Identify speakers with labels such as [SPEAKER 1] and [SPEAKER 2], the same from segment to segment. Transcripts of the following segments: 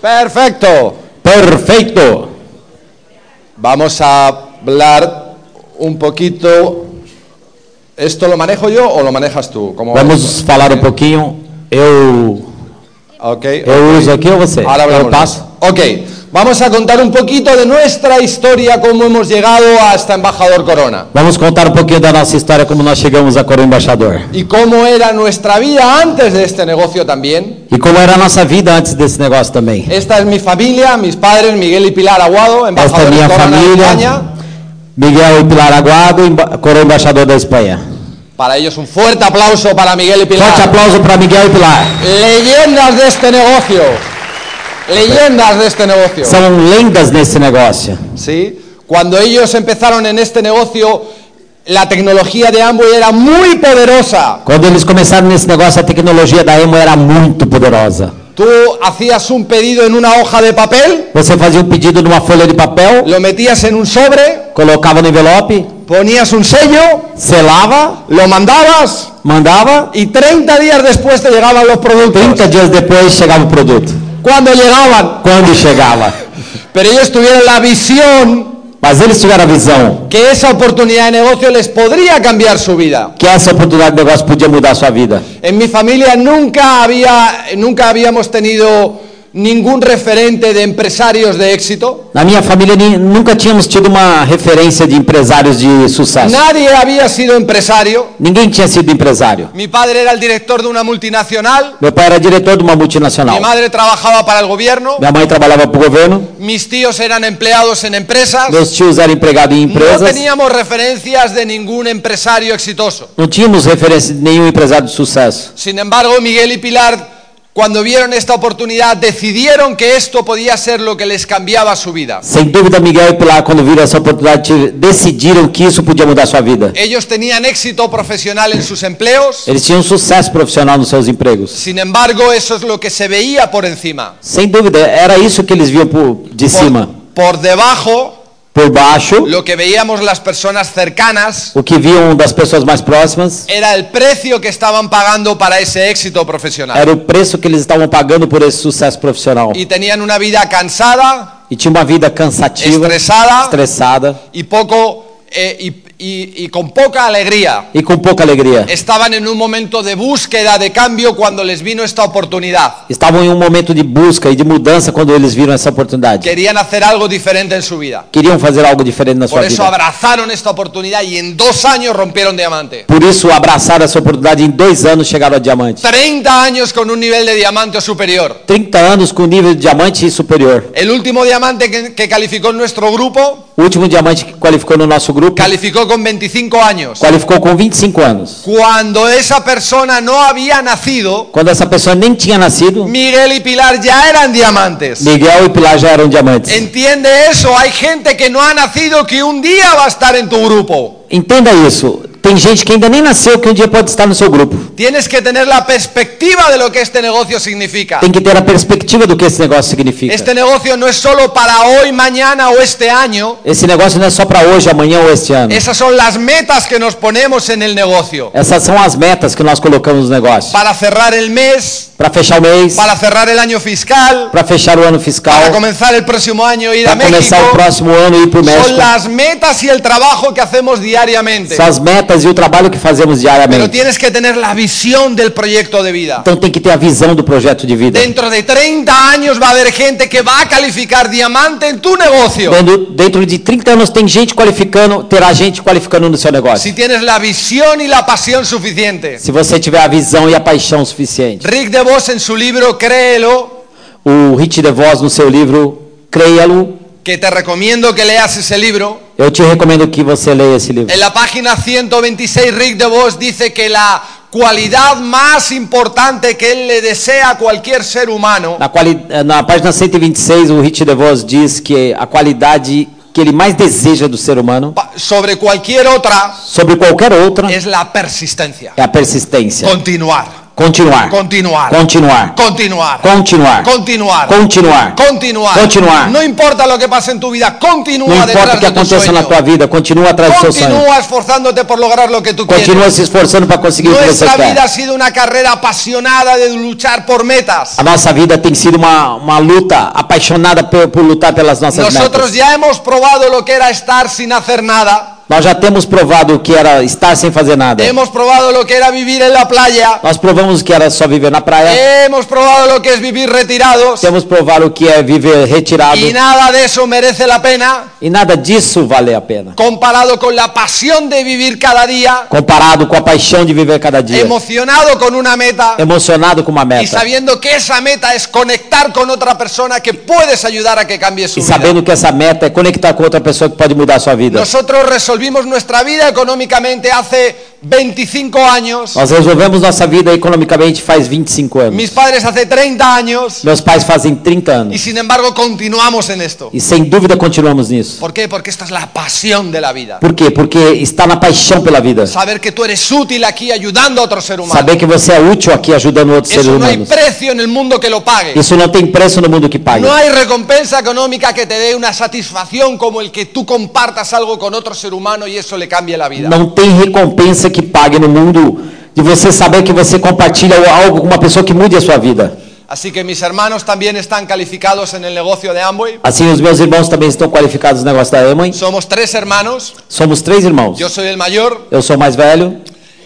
[SPEAKER 1] Perfecto, perfecto. Vamos a hablar un poquito. ¿Esto lo manejo yo o lo manejas tú? ¿Cómo
[SPEAKER 2] Vamos falar um pouquinho. Eu,
[SPEAKER 1] Ok,
[SPEAKER 2] eu
[SPEAKER 1] ok.
[SPEAKER 2] uso este, aqui ou você?
[SPEAKER 1] Ahora
[SPEAKER 2] eu
[SPEAKER 1] hablamos.
[SPEAKER 2] passo.
[SPEAKER 1] Ok, vamos a contar un poquito de nuestra historia, cómo hemos llegado hasta Embajador Corona.
[SPEAKER 2] Vamos contar um pouquinho da nossa história, como nós chegamos à Coroa Embaixador.
[SPEAKER 1] Y cómo era nuestra vida antes de este negocio también.
[SPEAKER 2] E como era a nossa vida antes desse negócio também.
[SPEAKER 1] Esta es mi familia, mis padres, Miguel y Pilar Aguado,
[SPEAKER 2] Esta é
[SPEAKER 1] embajadores
[SPEAKER 2] minha
[SPEAKER 1] de Corona en
[SPEAKER 2] família.
[SPEAKER 1] España.
[SPEAKER 2] Miguel e Pilar Aguado, emba Coroa Embaixador da Espanha.
[SPEAKER 1] Para ellos un fuerte aplauso para Miguel y Pilar.
[SPEAKER 2] Forte aplauso para Miguel e Pilar.
[SPEAKER 1] Leyendas de este negocio. Leyendas de este negocio.
[SPEAKER 2] São lendas nesse negócio.
[SPEAKER 1] ¿Sí? Cuando ellos empezaron en este negocio, la tecnología de Amway era muy poderosa.
[SPEAKER 2] Quando eles começaram nesse negócio, a tecnologia da Emo era muito poderosa.
[SPEAKER 1] Tú hacías un pedido en una hoja de papel,
[SPEAKER 2] Você fazia um pedido numa folha de papel,
[SPEAKER 1] lo metías en un sobre,
[SPEAKER 2] colocava no envelope,
[SPEAKER 1] ponías un sello,
[SPEAKER 2] selava,
[SPEAKER 1] lo mandabas
[SPEAKER 2] mandava
[SPEAKER 1] y 30 días después te llegaban los productos.
[SPEAKER 2] 30 dias depois chegava o produto.
[SPEAKER 1] Cuando llegaban,
[SPEAKER 2] Quando chegava.
[SPEAKER 1] Pero ellos tuvieron la visión
[SPEAKER 2] Mas eles tiveram a visão
[SPEAKER 1] que esa oportunidad de negocio les podría cambiar su vida.
[SPEAKER 2] que essa oportunidade de negócio podia mudar a sua vida.
[SPEAKER 1] En mi familia nunca había nunca habíamos tenido ningún referente de empresarios de éxito.
[SPEAKER 2] Na minha família nem- nunca tínhamos tido uma referência de empresários de sucesso.
[SPEAKER 1] Nadie había sido empresario.
[SPEAKER 2] Ninguém tinha sido empresário.
[SPEAKER 1] Mi padre era el director de una multinacional,
[SPEAKER 2] Meu pai era diretor de uma
[SPEAKER 1] mi
[SPEAKER 2] multinacional.
[SPEAKER 1] madre trabajaba para el gobierno,
[SPEAKER 2] Minha mãe trabalhava para o governo.
[SPEAKER 1] mis tíos eran empleados en empresas.
[SPEAKER 2] Meus tios eram empregados em
[SPEAKER 1] No
[SPEAKER 2] empresas.
[SPEAKER 1] teníamos referencias de ningún empresario exitoso.
[SPEAKER 2] Não tínhamos referência de nenhum empresário de sucesso.
[SPEAKER 1] Sin embargo, Miguel y Pilar, cuando vieron esta oportunidad, decidieron que esto podía ser lo que les cambiaba su vida.
[SPEAKER 2] Sem dúvida, Miguel e Pilar, quando viram essa oportunidade, tive- decidiram que isso podia mudar a sua vida.
[SPEAKER 1] Ellos tenían éxito profesional en sus empleos,
[SPEAKER 2] Eles tinham um sucesso profissional nos seus empregos.
[SPEAKER 1] sin embargo, eso es lo que se veía por encima.
[SPEAKER 2] Sem dúvida, era isso que eles viam por, de
[SPEAKER 1] Por,
[SPEAKER 2] cima.
[SPEAKER 1] por debajo,
[SPEAKER 2] Por baixo,
[SPEAKER 1] lo que veíamos las personas cercanas
[SPEAKER 2] o que viam das pessoas mais próximas
[SPEAKER 1] era el precio que estaban pagando para esse éxito profesional.
[SPEAKER 2] era o preço que eles estavam pagando por esse sucesso profissional.
[SPEAKER 1] Y tenían una vida cansada
[SPEAKER 2] E tinha uma vida cansativa,
[SPEAKER 1] Estressada.
[SPEAKER 2] estressada
[SPEAKER 1] y poco eh, y- y- y con poca alegría.
[SPEAKER 2] e com pouca alegria.
[SPEAKER 1] estaban en un momento de búsqueda de cambio cuando les vino esta oportunidad.
[SPEAKER 2] Estavam em um momento de busca e de mudança quando eles viram essa oportunidade.
[SPEAKER 1] Querían hacer algo diferente en su vida.
[SPEAKER 2] Queriam fazer algo diferente na
[SPEAKER 1] Por
[SPEAKER 2] sua
[SPEAKER 1] eso
[SPEAKER 2] vida.
[SPEAKER 1] abrazaron esta oportunidad y en dos años rompieron diamante.
[SPEAKER 2] Por isso, abraçaram essa oportunidade e em dois anos chegaram ao diamante.
[SPEAKER 1] 30 años con un nivel de diamante o superior.
[SPEAKER 2] 30 anos com nível de diamante e superior.
[SPEAKER 1] El último diamante que, que calificó en nuestro grupo
[SPEAKER 2] O último diamante que qualificou no nosso grupo
[SPEAKER 1] calificó con 25 años.
[SPEAKER 2] qualificou com 25 anos.
[SPEAKER 1] Cuando esa persona no había nacido,
[SPEAKER 2] Quando essa pessoa nem tinha nascido,
[SPEAKER 1] Miguel y Pilar ya eran diamantes.
[SPEAKER 2] Miguel e Pilar já eram diamantes.
[SPEAKER 1] Entiende eso, hay gente que no ha nacido que un día va a estar en tu grupo.
[SPEAKER 2] Entenda isso. Tem gente que ainda nem nasceu que um dia pode estar no seu grupo.
[SPEAKER 1] Tienes que tener la perspectiva de lo que este negocio significa.
[SPEAKER 2] Tem que ter a perspectiva do que esse negócio significa.
[SPEAKER 1] Este negocio no es solo para hoy, mañana o este año.
[SPEAKER 2] Esse negócio não é só para hoje, amanhã ou este ano.
[SPEAKER 1] Esas son las metas que nos ponemos en el negocio.
[SPEAKER 2] Essas são as metas que nós colocamos no negócio.
[SPEAKER 1] Para cerrar el mes,
[SPEAKER 2] Para fechar o mês,
[SPEAKER 1] para cerrar el año fiscal,
[SPEAKER 2] para fechar o ano fiscal,
[SPEAKER 1] para comenzar el próximo año e ir a
[SPEAKER 2] para
[SPEAKER 1] México.
[SPEAKER 2] começar o próximo ano e ir para o
[SPEAKER 1] Son
[SPEAKER 2] México.
[SPEAKER 1] las metas y el trabajo que hacemos diariamente.
[SPEAKER 2] São as metas e o trabalho que fazemos
[SPEAKER 1] Pero
[SPEAKER 2] diariamente.
[SPEAKER 1] tienes que tener la visión del proyecto de vida.
[SPEAKER 2] Então tem que ter a visão do projeto de vida.
[SPEAKER 1] Dentro de 30 años va a haber gente que va a calificar diamante en tu negocio.
[SPEAKER 2] Dentro, dentro de 30 anos tem gente qualificando, terá gente qualificando no seu negócio.
[SPEAKER 1] Si tienes la visión y la pasión suficiente.
[SPEAKER 2] Se você tiver a visão e a paixão suficiente.
[SPEAKER 1] Rick DeVos en su libro Créelo,
[SPEAKER 2] O Hit de Voz no seu livro, creia-lo.
[SPEAKER 1] que te recomiendo que leas ese libro,
[SPEAKER 2] Eu te recomendo que você leia esse livro.
[SPEAKER 1] en la página 126 Rick DeVos dice que la cualidad más importante que él le desea a cualquier ser humano
[SPEAKER 2] Na, quali- eh, na página 126, o Hit de Voz diz que a qualidade que ele mais deseja do ser humano,
[SPEAKER 1] pa- sobre cualquier otra
[SPEAKER 2] sobre qualquer outra,
[SPEAKER 1] es la persistencia.
[SPEAKER 2] é a persistência.
[SPEAKER 1] Continuar.
[SPEAKER 2] Continuar.
[SPEAKER 1] Continuar.
[SPEAKER 2] Continuar.
[SPEAKER 1] Continuar.
[SPEAKER 2] Continuar.
[SPEAKER 1] Continuar.
[SPEAKER 2] Continuar.
[SPEAKER 1] Continuar.
[SPEAKER 2] Continuar.
[SPEAKER 1] No importa lo que pase en tu vida, continúa
[SPEAKER 2] Não importa
[SPEAKER 1] detrás
[SPEAKER 2] o que
[SPEAKER 1] de tu
[SPEAKER 2] aconteça na
[SPEAKER 1] sueño.
[SPEAKER 2] tua vida, continua atrás do seu sonho.
[SPEAKER 1] Continúa esforzándote por lograr lo que tú
[SPEAKER 2] Continua
[SPEAKER 1] quieres.
[SPEAKER 2] se esforçando para conseguir o que você
[SPEAKER 1] Nuestra vida
[SPEAKER 2] quer.
[SPEAKER 1] ha sido una carrera apasionada de luchar por metas.
[SPEAKER 2] A nossa vida tem sido uma, uma luta apaixonada por, por lutar pelas nossas
[SPEAKER 1] Nosotros
[SPEAKER 2] metas.
[SPEAKER 1] ya hemos probado lo que era estar sin hacer nada.
[SPEAKER 2] Nós já temos provado o que era estar sem fazer nada.
[SPEAKER 1] Hemos probado lo que era vivir en la playa.
[SPEAKER 2] Nós provamos o que era só viver na praia.
[SPEAKER 1] Hemos probado lo que es vivir retirados.
[SPEAKER 2] Temos provado o que é viver retirado.
[SPEAKER 1] Y nada de eso merece la pena
[SPEAKER 2] E nada disso vale a pena.
[SPEAKER 1] comparado con la pasión de vivir cada día,
[SPEAKER 2] Comparado com a paixão de viver cada dia.
[SPEAKER 1] emocionado con una meta
[SPEAKER 2] Emocionado com uma
[SPEAKER 1] y
[SPEAKER 2] meta.
[SPEAKER 1] sabiendo que esa meta es conectar con otra persona que puedes ayudar a que cambie su
[SPEAKER 2] E
[SPEAKER 1] vida.
[SPEAKER 2] sabendo que essa meta é conectar com outra pessoa que pode mudar a sua vida.
[SPEAKER 1] Nosotros resolvimos nuestra vida económicamente hace 25 años.
[SPEAKER 2] Nós resolvemos nossa vida economicamente faz 25 anos.
[SPEAKER 1] Mis padres hace 30 años.
[SPEAKER 2] Meus pais fazem 30
[SPEAKER 1] Y
[SPEAKER 2] anos.
[SPEAKER 1] sin embargo continuamos en esto.
[SPEAKER 2] E sem dúvida continuamos nisso.
[SPEAKER 1] ¿Por qué? Porque esta es la pasión de la vida.
[SPEAKER 2] Por quê? Porque está na paixão pela vida.
[SPEAKER 1] Saber que tú eres útil aquí ayudando a otro ser humano.
[SPEAKER 2] Saber que você é útil aqui ajudando outros seres
[SPEAKER 1] Eso no hay
[SPEAKER 2] humanos.
[SPEAKER 1] precio en el mundo que lo pague.
[SPEAKER 2] Isso não tem preço no mundo que
[SPEAKER 1] No
[SPEAKER 2] paga.
[SPEAKER 1] hay recompensa económica que te dé una satisfacción como el que tú compartas algo con otro ser humano y eso le cambie la vida.
[SPEAKER 2] Não tem recompensa que pague no mundo de você saber que você compartilha algo com uma pessoa que mude a sua vida.
[SPEAKER 1] Así que mis hermanos también están calificados en el negocio de Amway.
[SPEAKER 2] Assim, os meus irmãos também estão qualificados no negócio da Emãe.
[SPEAKER 1] Somos tres hermanos,
[SPEAKER 2] Somos três irmãos.
[SPEAKER 1] yo soy el mayor
[SPEAKER 2] Eu sou mais velho.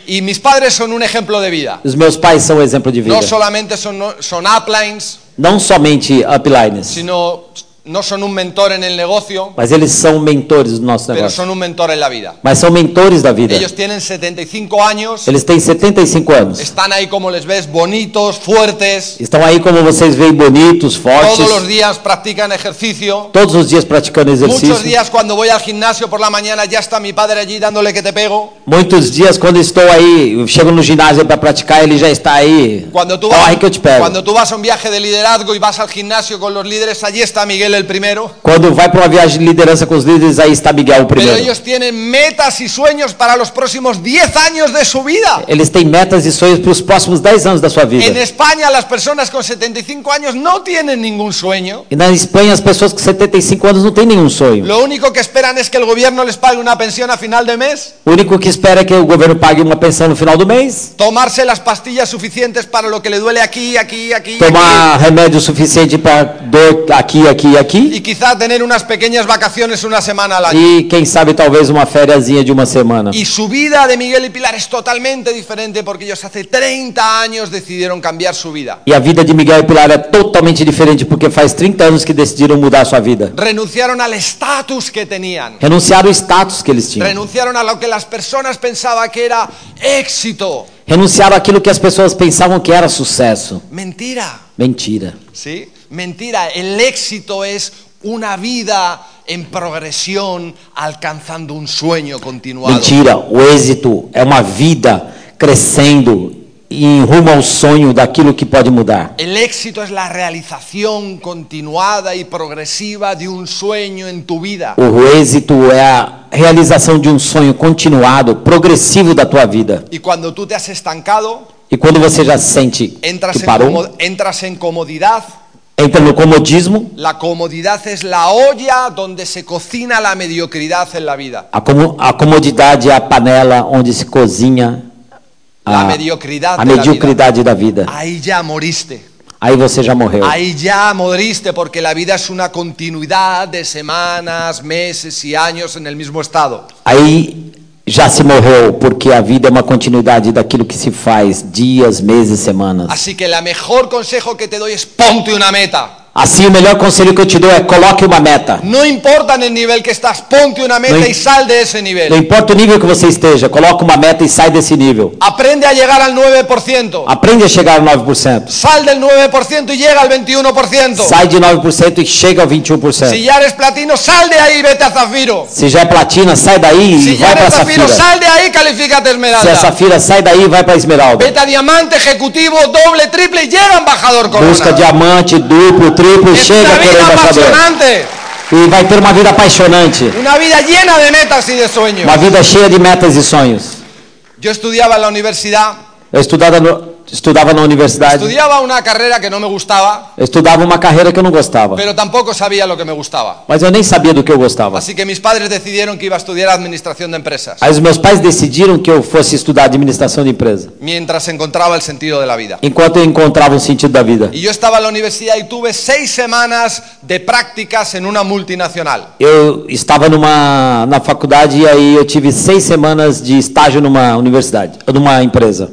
[SPEAKER 1] y mis padres son un ejemplo de vida.
[SPEAKER 2] Os meus pais são exemplo de vida.
[SPEAKER 1] No solamente son, son uplines,
[SPEAKER 2] Não somente uplines,
[SPEAKER 1] sino no son un mentor en el negocio,
[SPEAKER 2] mas eles são mentores do nosso
[SPEAKER 1] pero
[SPEAKER 2] negócio.
[SPEAKER 1] son un mentor en la vida.
[SPEAKER 2] Mas são mentores da vida.
[SPEAKER 1] Ellos tienen 75 años,
[SPEAKER 2] Eles têm 75 anos.
[SPEAKER 1] están ahí como les ves, bonitos, fuertes,
[SPEAKER 2] Estão aí, como vocês veem, bonitos,
[SPEAKER 1] todos los
[SPEAKER 2] fortes.
[SPEAKER 1] días practican ejercicio.
[SPEAKER 2] Todos os dias praticando
[SPEAKER 1] Muchos
[SPEAKER 2] exercício.
[SPEAKER 1] días cuando voy al gimnasio por la mañana ya está mi padre allí dándole que te pego.
[SPEAKER 2] Muitos dias, quando estou aí, eu chego no ginásio para praticar, ele já está aí.
[SPEAKER 1] Cuando tú, vas,
[SPEAKER 2] Corre Ah, que eu te pego.
[SPEAKER 1] cuando tú vas a un viaje de liderazgo y vas al gimnasio con los líderes, allí está Miguel el primero.
[SPEAKER 2] Quando vai para uma viagem de liderança com os líderes, aí está Miguel o
[SPEAKER 1] Pero
[SPEAKER 2] primeiro.
[SPEAKER 1] ellos tienen metas y sueños para los próximos 10 años de su vida.
[SPEAKER 2] Eles têm metas e sonhos para os próximos 10 anos da sua
[SPEAKER 1] En
[SPEAKER 2] vida.
[SPEAKER 1] España las personas con 75 años no tienen ningún sueño.
[SPEAKER 2] E na Espanha, as pessoas com 75 anos não têm nenhum sonho.
[SPEAKER 1] Lo único que esperan es que el gobierno les pague una pensión a final de mes,
[SPEAKER 2] O único que espera é que o governo pague uma pensão no final do mês,
[SPEAKER 1] tomarse las pastillas suficientes para lo que le duele aquí, aquí, aquí, y aquí
[SPEAKER 2] tomar remédio suficiente para dor aqui, aqui e aqui,
[SPEAKER 1] y quizá tener unas pequeñas vacaciones una semana al año.
[SPEAKER 2] e quem sabe talvez uma fériazinha de uma semana.
[SPEAKER 1] Y su vida de Miguel y Pilar es totalmente diferente porque ellos hace 30 años decidieron cambiar su vida.
[SPEAKER 2] E a vida de Miguel e Pilar é totalmente diferente porque faz 30 anos que decidiram mudar a sua vida.
[SPEAKER 1] Renunciaron al estatus que tenían.
[SPEAKER 2] Renunciaram ao status que eles tinham.
[SPEAKER 1] Renunciaron a lo que las personas pensaban que era éxito.
[SPEAKER 2] Renunciaram àquilo que as pessoas pensavam que era sucesso.
[SPEAKER 1] Mentira.
[SPEAKER 2] Mentira.
[SPEAKER 1] ¿Sí? Mentira. El éxito es una vida en progresión alcanzando un sueño continuado.
[SPEAKER 2] Mentira. O êxito é uma vida crescendo em rumo ao sonho daquilo que pode mudar.
[SPEAKER 1] El éxito es la realización continuada y progresiva de un sueño en tu vida.
[SPEAKER 2] O êxito é a realização de um sonho continuado, progressivo da tua vida.
[SPEAKER 1] Y cuando tú te has estancado,
[SPEAKER 2] E quando você já sente
[SPEAKER 1] Entras
[SPEAKER 2] que
[SPEAKER 1] en,
[SPEAKER 2] parou,
[SPEAKER 1] como- entras en comodidad.
[SPEAKER 2] entra no comodismo.
[SPEAKER 1] La comodidad es la olla donde se cocina la mediocridad en la vida.
[SPEAKER 2] A, como- a comodidade é a panela onde se cozinha
[SPEAKER 1] La
[SPEAKER 2] a,
[SPEAKER 1] mediocridade da
[SPEAKER 2] a mediocridade da vida.
[SPEAKER 1] Ahí ya moriste.
[SPEAKER 2] Aí você já morreu.
[SPEAKER 1] Ahí ya moriste porque la vida es una continuidad de semanas, meses y años en el mismo estado.
[SPEAKER 2] Aí já se morreu, porque a vida é uma continuidade daquilo que se faz dias, meses, semanas.
[SPEAKER 1] Así que el mejor consejo que te doy es ponte una meta.
[SPEAKER 2] Assim, o melhor conselho que eu te dou é coloque uma meta.
[SPEAKER 1] No importa en el nivel que estás, ponte una meta
[SPEAKER 2] No im-
[SPEAKER 1] y sal de ese
[SPEAKER 2] Não
[SPEAKER 1] nivel.
[SPEAKER 2] importa o nível que você esteja, coloque uma meta e sai desse nível.
[SPEAKER 1] Aprende a llegar al 9%.
[SPEAKER 2] Aprende a chegar a 9%.
[SPEAKER 1] Sal del 9% y llega al 21%.
[SPEAKER 2] Sai de 9% e chega a 21%.
[SPEAKER 1] Si ya eres platino, sal de ahí y vete a zafiro.
[SPEAKER 2] Se já é platina, sai daí e
[SPEAKER 1] Si ya
[SPEAKER 2] vai para
[SPEAKER 1] eres
[SPEAKER 2] safira.
[SPEAKER 1] zafiro, sal de ahí y califícate a
[SPEAKER 2] Se é
[SPEAKER 1] esmeralda.
[SPEAKER 2] safira, sai daí e vai para esmeralda.
[SPEAKER 1] Vete a diamante, ejecutivo, doble, triple y llega embajador
[SPEAKER 2] Busca
[SPEAKER 1] corona.
[SPEAKER 2] diamante, duplo, triplo,
[SPEAKER 1] Es
[SPEAKER 2] chega
[SPEAKER 1] una
[SPEAKER 2] por
[SPEAKER 1] vida
[SPEAKER 2] embaixador.
[SPEAKER 1] apasionante,
[SPEAKER 2] E vai ter uma vida apaixonante.
[SPEAKER 1] una vida llena de metas y de sueños.
[SPEAKER 2] Uma vida cheia de metas e sonhos.
[SPEAKER 1] Yo estudiaba en la universidad
[SPEAKER 2] Eu estudava no, estudava na universidade,
[SPEAKER 1] Estudiaba una carrera que no me gustaba,
[SPEAKER 2] eu estudava uma carreira que eu não gostava.
[SPEAKER 1] pero tampoco sabía lo que me gustaba.
[SPEAKER 2] Mas eu nem sabia do que eu gostava.
[SPEAKER 1] Así que mis padres decidieron que iba a estudiar administración de empresas,
[SPEAKER 2] Aí os meus pais decidiram que eu fosse estudar administração de empresa,
[SPEAKER 1] mientras encontraba el sentido de la vida.
[SPEAKER 2] enquanto eu encontrava o sentido da vida.
[SPEAKER 1] Y yo estaba en la universidad y tuve seis semanas de prácticas en una multinacional.
[SPEAKER 2] Eu estava numa na faculdade e aí eu tive seis semanas de estágio numa universidade, numa empresa.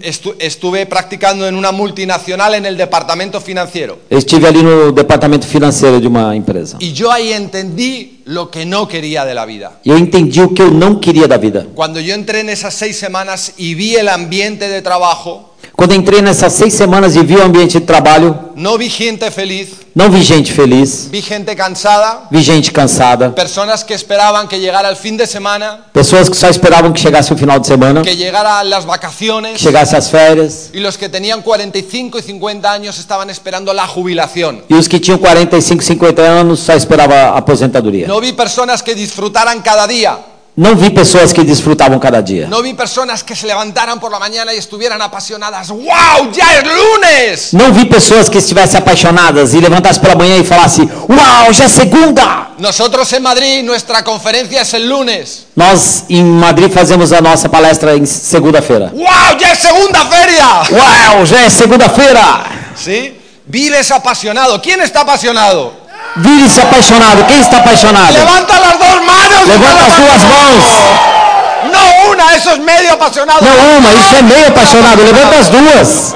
[SPEAKER 1] Estu- estuve practicando en una multinacional en el departamento financiero.
[SPEAKER 2] Eu estive ali no departamento financeiro de uma empresa.
[SPEAKER 1] Y yo ahí entendí lo que no quería de la vida.
[SPEAKER 2] E eu entendi o que eu não queria da vida.
[SPEAKER 1] Cuando yo entré en esas seis semanas y vi el ambiente de trabajo,
[SPEAKER 2] Quando eu entrei nessas seis semanas e vi o ambiente de trabalho,
[SPEAKER 1] no vi gente feliz,
[SPEAKER 2] não vi gente feliz,
[SPEAKER 1] vi gente cansada,
[SPEAKER 2] vi gente cansada,
[SPEAKER 1] personas que esperaban que llegara el fin de semana,
[SPEAKER 2] pessoas que só esperavam que chegasse o final de semana, que
[SPEAKER 1] que llegaran las vacaciones.
[SPEAKER 2] chegasse as férias,
[SPEAKER 1] Y los que tenían 45 y 50 años estaban esperando la jubilación.
[SPEAKER 2] e os que tinham 45, 50 anos só esperavam a aposentadoria.
[SPEAKER 1] No vi personas que disfrutaran cada día.
[SPEAKER 2] Não vi pessoas que desfrutavam cada dia.
[SPEAKER 1] No vi personas que se levantaran por la mañana y estuvieran apasionadas. ¡Wow! ¡Ya es lunes!
[SPEAKER 2] Não vi pessoas que estivessem apaixonadas e levantassem pela manhã e falassem: Uau, já é segunda!
[SPEAKER 1] Nosotros en Madrid, nuestra conferencia es el lunes.
[SPEAKER 2] Nós em Madrid fazemos a nossa palestra em segunda-feira.
[SPEAKER 1] ¡Wow! ¡Ya es segunda feria!
[SPEAKER 2] Uau, já é segunda-feira!
[SPEAKER 1] ¿Sí? Vives apasionado. ¿Quién está apasionado?
[SPEAKER 2] Vire-se apaixonado. Quem está apaixonado?
[SPEAKER 1] Levanta las dos manos.
[SPEAKER 2] Levanta as duas mãos.
[SPEAKER 1] No una, eso es medio apasionado.
[SPEAKER 2] Não uma, isso é meio apaixonado. Levanta as duas.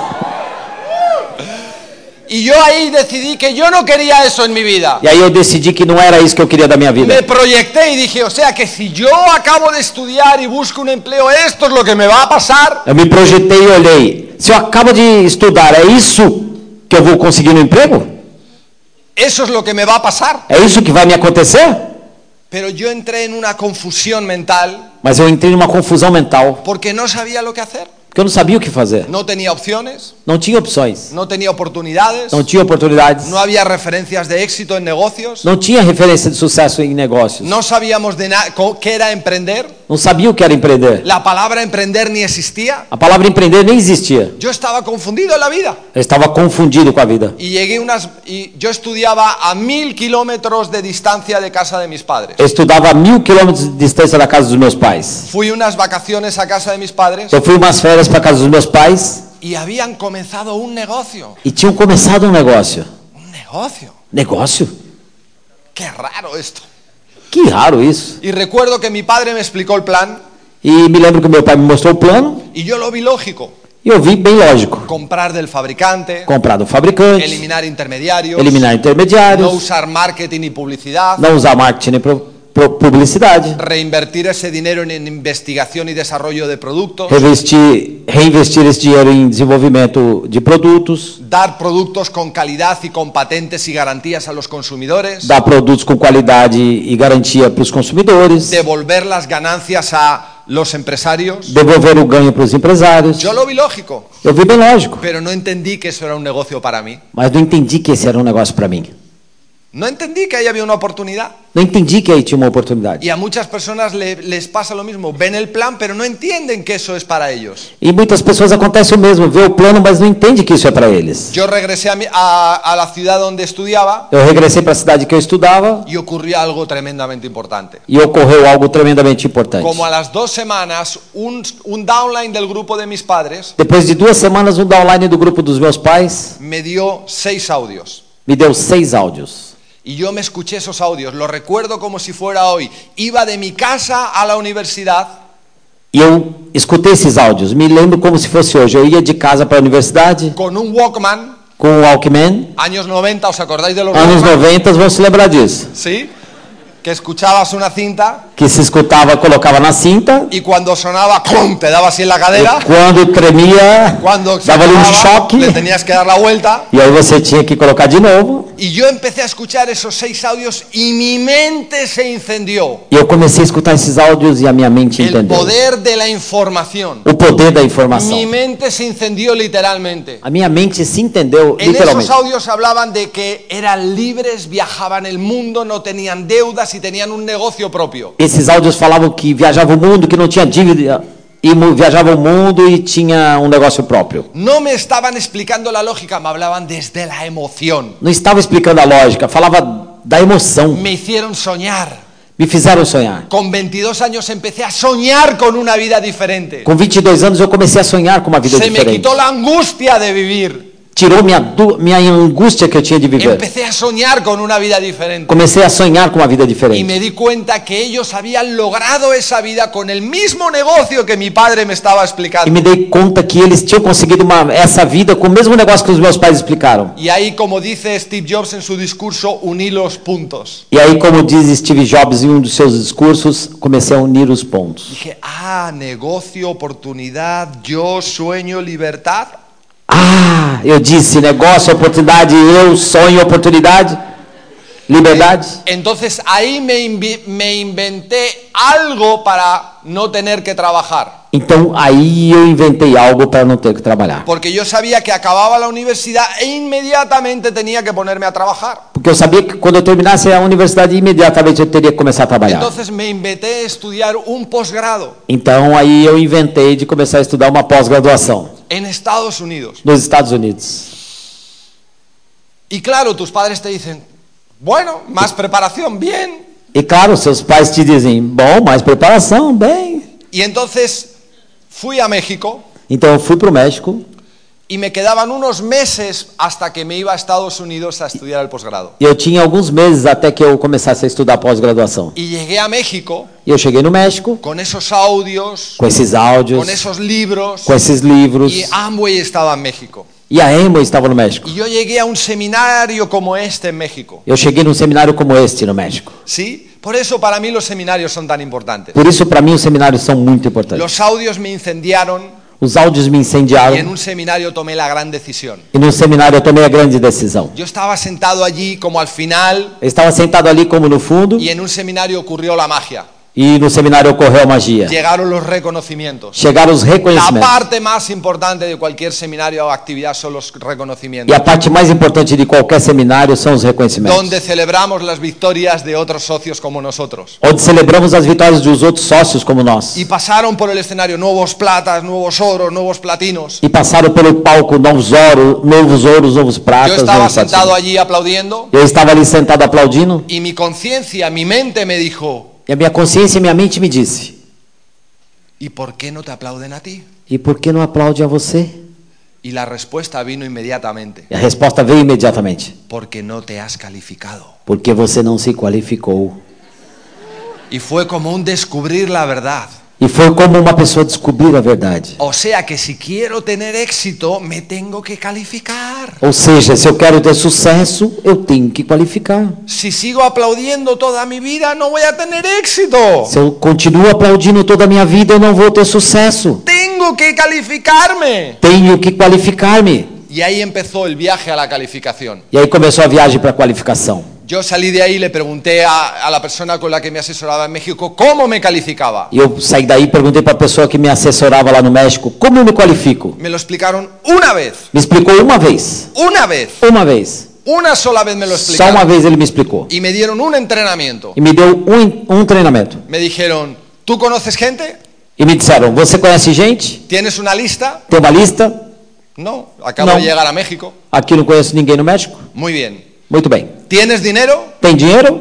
[SPEAKER 1] Y yo ahí decidí que yo no quería eso en mi vida.
[SPEAKER 2] E aí eu decidi que não era isso que eu queria da minha
[SPEAKER 1] Me
[SPEAKER 2] vida.
[SPEAKER 1] proyecté y dije, o sea que si yo acabo de estudiar y busco un empleo, esto es lo que me va a pasar.
[SPEAKER 2] Eu me projetei e olhei. Se eu acabo de estudar, é isso que eu vou conseguir no emprego?
[SPEAKER 1] Eso es lo que me va a pasar.
[SPEAKER 2] É isso que vai me acontecer?
[SPEAKER 1] Pero yo entré en una confusión mental
[SPEAKER 2] Mas eu entrei numa confusão mental,
[SPEAKER 1] porque no sabía lo que hacer.
[SPEAKER 2] porque eu não sabia o que fazer.
[SPEAKER 1] No tenía opciones,
[SPEAKER 2] Não tinha opções,
[SPEAKER 1] no tenía oportunidades,
[SPEAKER 2] não tinha oportunidades,
[SPEAKER 1] no había referencias de éxito en negocios,
[SPEAKER 2] não tinha referência de sucesso em negócios,
[SPEAKER 1] no sabíamos de na- co- qué era emprender,
[SPEAKER 2] não sabia o que era empreender.
[SPEAKER 1] la palabra emprender ni existía.
[SPEAKER 2] A palavra empreender nem existia.
[SPEAKER 1] Yo estaba confundido en la vida.
[SPEAKER 2] Eu estava confundido com a vida.
[SPEAKER 1] Y llegué unas y yo estudiaba a mil kilómetros de distancia de casa de mis padres.
[SPEAKER 2] Eu estudava a mil quilômetros de distância da casa dos meus pais.
[SPEAKER 1] Fui unas vacaciones a casa de mis padres
[SPEAKER 2] Eu fui umas férias para casa dos meus pais
[SPEAKER 1] y habían comenzado un negocio.
[SPEAKER 2] e tinham começado um negócio.
[SPEAKER 1] Un negocio.
[SPEAKER 2] Negócio?
[SPEAKER 1] Qué raro esto.
[SPEAKER 2] Que raro isso.
[SPEAKER 1] Y recuerdo que mi padre me explicó el plan
[SPEAKER 2] E me lembro que meu pai me mostrou o plano
[SPEAKER 1] y yo lo vi lógico.
[SPEAKER 2] e eu vi bem lógico.
[SPEAKER 1] Comprar del fabricante,
[SPEAKER 2] Comprar do fabricante,
[SPEAKER 1] eliminar intermediarios,
[SPEAKER 2] eliminar
[SPEAKER 1] no
[SPEAKER 2] intermediários,
[SPEAKER 1] usar marketing y publicidad,
[SPEAKER 2] não usar marketing nem pro- pro- publicidade.
[SPEAKER 1] reinvertir ese dinero en investigación y desarrollo de productos,
[SPEAKER 2] Revestir, reinvestir esse dinheiro em desenvolvimento de produtos,
[SPEAKER 1] dar productos con calidad y con patentes y garantías a los consumidores,
[SPEAKER 2] dar produtos com qualidade e garantia para os consumidores,
[SPEAKER 1] devolver las ganancias a los empresarios.
[SPEAKER 2] devolver o ganho para os empresários.
[SPEAKER 1] Yo lo vi lógico.
[SPEAKER 2] Eu vi bem lógico,
[SPEAKER 1] Pero no entendí que eso era un negocio para mí.
[SPEAKER 2] mas não entendi que esse era um negócio para mim.
[SPEAKER 1] No entendí que ahí había una oportunidad.
[SPEAKER 2] Não entendi que aí tinha uma oportunidade.
[SPEAKER 1] Y a muchas personas le- les pasa lo mismo. Ven el plan, pero no entienden que eso es para ellos.
[SPEAKER 2] E muitas pessoas acontece o mesmo, vê o plano, mas não entende que isso é para eles.
[SPEAKER 1] Yo regresé a, mi- a- a la ciudad donde estudiaba
[SPEAKER 2] Eu regressei para a cidade que eu estudava
[SPEAKER 1] y ocurría algo tremendamente importante.
[SPEAKER 2] e ocorreu algo tremendamente importante.
[SPEAKER 1] Como a las dos semanas, un, un downline del grupo de mis padres
[SPEAKER 2] Depois de duas semanas, um downline do grupo dos meus pais
[SPEAKER 1] me dio seis audios.
[SPEAKER 2] me deu seis áudios.
[SPEAKER 1] Y yo me escuché esos audios, lo recuerdo como si fuera hoy. Iba de mi casa a la universidad
[SPEAKER 2] E eu escutei esses áudios, me lembro como se fosse hoje. Eu ia de casa para a universidade
[SPEAKER 1] con un Walkman,
[SPEAKER 2] com o Walkman.
[SPEAKER 1] años 90, ¿os acordáis de los
[SPEAKER 2] Anos
[SPEAKER 1] Walkman?
[SPEAKER 2] 90 vão se lembrar disso.
[SPEAKER 1] ¿Sí? Que escuchabas una cinta
[SPEAKER 2] Que se escutava, colocava na cinta.
[SPEAKER 1] y cuando sonaba, ¡pum! te daba así en la cadera.
[SPEAKER 2] E quando tremia,
[SPEAKER 1] Cuando se
[SPEAKER 2] dava ali um
[SPEAKER 1] acababa,
[SPEAKER 2] choque.
[SPEAKER 1] le tenías que dar la vuelta.
[SPEAKER 2] E aí você tinha que colocar de novo.
[SPEAKER 1] Y yo empecé a escuchar esos seis audios y mi mente se incendió.
[SPEAKER 2] E eu comecei a escutar esses áudios e a minha mente
[SPEAKER 1] El
[SPEAKER 2] entendeu.
[SPEAKER 1] poder de la información.
[SPEAKER 2] O poder da informação.
[SPEAKER 1] Mi mente se incendió literalmente.
[SPEAKER 2] A minha mente se entendeu
[SPEAKER 1] En esos
[SPEAKER 2] literalmente.
[SPEAKER 1] audios hablaban de que eran libres, viajaban el mundo, no tenían deudas y tenían un negocio propio.
[SPEAKER 2] Esses áudios falavam que viajava o mundo, que não tinha dívida, e mu- viajava o mundo e tinha um negócio próprio.
[SPEAKER 1] No me estaban explicando la lógica, me hablaban desde la emoción.
[SPEAKER 2] Não estava explicando a lógica, falava da emoção.
[SPEAKER 1] Me hicieron soñar.
[SPEAKER 2] Me fizeram sonhar.
[SPEAKER 1] Con 22 años empecé a soñar con una vida diferente.
[SPEAKER 2] Com 22 anos eu comecei a sonhar com uma vida
[SPEAKER 1] Se me
[SPEAKER 2] diferente.
[SPEAKER 1] quitó la angustia de vivir.
[SPEAKER 2] Tirou minha, du- minha angústia que eu tinha de viver.
[SPEAKER 1] Empecé a soñar con una vida diferente.
[SPEAKER 2] Comecei a sonhar com uma vida
[SPEAKER 1] Y
[SPEAKER 2] diferente.
[SPEAKER 1] me di cuenta que ellos habían logrado esa vida con el mismo negocio que mi padre me estaba
[SPEAKER 2] E
[SPEAKER 1] explicando.
[SPEAKER 2] me dei conta que eles tinham conseguido uma, essa vida com o mesmo negócio que os meus pais explicaram.
[SPEAKER 1] Y ahí, como dice Steve Jobs en su discurso, uní los puntos.
[SPEAKER 2] E aí, como diz Steve Jobs em um dos seus discursos, comecei a unir os pontos.
[SPEAKER 1] Dije, ah, negocio, oportunidad, yo sueño, libertad.
[SPEAKER 2] Ah, eu disse negócio, oportunidade, eu sonho, oportunidade, liberdade.
[SPEAKER 1] Entonces ahí me, invi- me inventé algo para no tener que trabajar.
[SPEAKER 2] Então aí eu inventei algo para não ter que trabalhar.
[SPEAKER 1] Porque yo sabía que acababa la universidad e inmediatamente tenía que ponerme a trabajar.
[SPEAKER 2] Porque eu sabia que quando eu terminasse a universidade, imediatamente eu teria que começar a trabalhar.
[SPEAKER 1] Entonces me inventé estudiar un posgrado
[SPEAKER 2] Então aí eu inventei de começar a estudar uma pós-graduação
[SPEAKER 1] en Estados Unidos.
[SPEAKER 2] nos Estados Unidos.
[SPEAKER 1] Y claro, tus padres te dicen, bueno, más preparación, bien.
[SPEAKER 2] E claro, seus pais te dizem, bom, mais preparação, bem.
[SPEAKER 1] Y entonces fui a México
[SPEAKER 2] Então eu fui para o México
[SPEAKER 1] y me quedaban unos meses hasta que me iba a Estados Unidos a estudiar el posgrado.
[SPEAKER 2] e eu tinha alguns meses até que eu começasse a estudar pós-graduação.
[SPEAKER 1] Y llegué a México
[SPEAKER 2] E eu cheguei no México
[SPEAKER 1] con esos audios,
[SPEAKER 2] com esses áudios,
[SPEAKER 1] con esos libros.
[SPEAKER 2] com esses livros.
[SPEAKER 1] Y Amway estaba en México.
[SPEAKER 2] E a Emo estava no México.
[SPEAKER 1] Y yo llegué a un seminario como este en México.
[SPEAKER 2] Eu cheguei num seminário como este no México.
[SPEAKER 1] ¿Sí? Por eso para mí los seminarios son tan importantes.
[SPEAKER 2] Por isso, para mim, os seminários são muito importantes.
[SPEAKER 1] Los audios me incendiaron
[SPEAKER 2] Os áudios me
[SPEAKER 1] y en
[SPEAKER 2] incendiaram
[SPEAKER 1] un seminario tomé la gran decisión.
[SPEAKER 2] e no seminário eu tomei a grande decisão.
[SPEAKER 1] Yo estaba sentado allí como al final
[SPEAKER 2] Eu estava sentado ali como no fundo
[SPEAKER 1] y en un seminario ocurrió la magia.
[SPEAKER 2] e no seminário ocorreu a magia.
[SPEAKER 1] Llegaron los reconocimientos.
[SPEAKER 2] Chegaram os
[SPEAKER 1] La
[SPEAKER 2] reconhecimentos.
[SPEAKER 1] parte más importante de cualquier seminario o actividad son los
[SPEAKER 2] E a
[SPEAKER 1] reconocimientos,
[SPEAKER 2] parte mais importante de qualquer seminário são os reconhecimentos.
[SPEAKER 1] donde celebramos las victorias de otros socios como nosotros.
[SPEAKER 2] Onde celebramos as vitórias dos outros sócios como nós.
[SPEAKER 1] Y pasaron por el escenario nuevos platas, nuevos oros, nuevos platinos.
[SPEAKER 2] E passaram pelo palco novos ouro, novos ouros, novos
[SPEAKER 1] Yo
[SPEAKER 2] pratas.
[SPEAKER 1] estaba
[SPEAKER 2] novos
[SPEAKER 1] sentado
[SPEAKER 2] platinum.
[SPEAKER 1] allí aplaudiendo
[SPEAKER 2] Eu estava ali sentado aplaudindo
[SPEAKER 1] y mi conciencia, mi mente me dijo,
[SPEAKER 2] e a minha consciência e minha mente me disse:
[SPEAKER 1] ¿y por qué no te aplauden a ti?
[SPEAKER 2] E por que não aplaude a você?
[SPEAKER 1] Y la respuesta vino inmediatamente,
[SPEAKER 2] E a resposta veio imediatamente:
[SPEAKER 1] porque no te has calificado.
[SPEAKER 2] Porque você não se qualificou.
[SPEAKER 1] Y fue como un descubrir la verdad.
[SPEAKER 2] E foi como uma pessoa descobrir a verdade.
[SPEAKER 1] O sea que si quiero tener éxito, me tengo que calificar.
[SPEAKER 2] Ou seja, se eu quero ter sucesso, eu tenho que qualificar.
[SPEAKER 1] Si sigo aplaudiendo toda mi vida, no voy a tener éxito.
[SPEAKER 2] Se eu continuo aplaudindo toda a minha vida, eu não vou ter sucesso.
[SPEAKER 1] Tengo que calificarme.
[SPEAKER 2] Tenho que qualificar-me.
[SPEAKER 1] Y ahí empezó el viaje a la calificação.
[SPEAKER 2] E aí começou a viagem para a qualificação.
[SPEAKER 1] Yo salí de ahí y le pregunté a, a la persona con la que me asesoraba en México cómo me calificaba.
[SPEAKER 2] E eu saí daí e perguntei para a pessoa que me assessorava lá no México, como eu me qualifico?
[SPEAKER 1] Me lo explicaron una vez,
[SPEAKER 2] Me explicou uma vez.
[SPEAKER 1] una vez,
[SPEAKER 2] Uma vez.
[SPEAKER 1] una sola vez me lo
[SPEAKER 2] Só uma
[SPEAKER 1] explicaron.
[SPEAKER 2] vez ele me explicou.
[SPEAKER 1] Y me dieron un entrenamiento.
[SPEAKER 2] E me deu um, um treinamento.
[SPEAKER 1] Me dijeron, ¿tú conoces gente?
[SPEAKER 2] E me disseram, você conhece gente?
[SPEAKER 1] ¿Tienes una lista?
[SPEAKER 2] Tem uma lista?
[SPEAKER 1] No, acabo
[SPEAKER 2] No.
[SPEAKER 1] de llegar a México.
[SPEAKER 2] Aqui não conheço ninguém no México.
[SPEAKER 1] Muy bien.
[SPEAKER 2] Muito bem.
[SPEAKER 1] ¿Tienes dinero?
[SPEAKER 2] Tem dinheiro?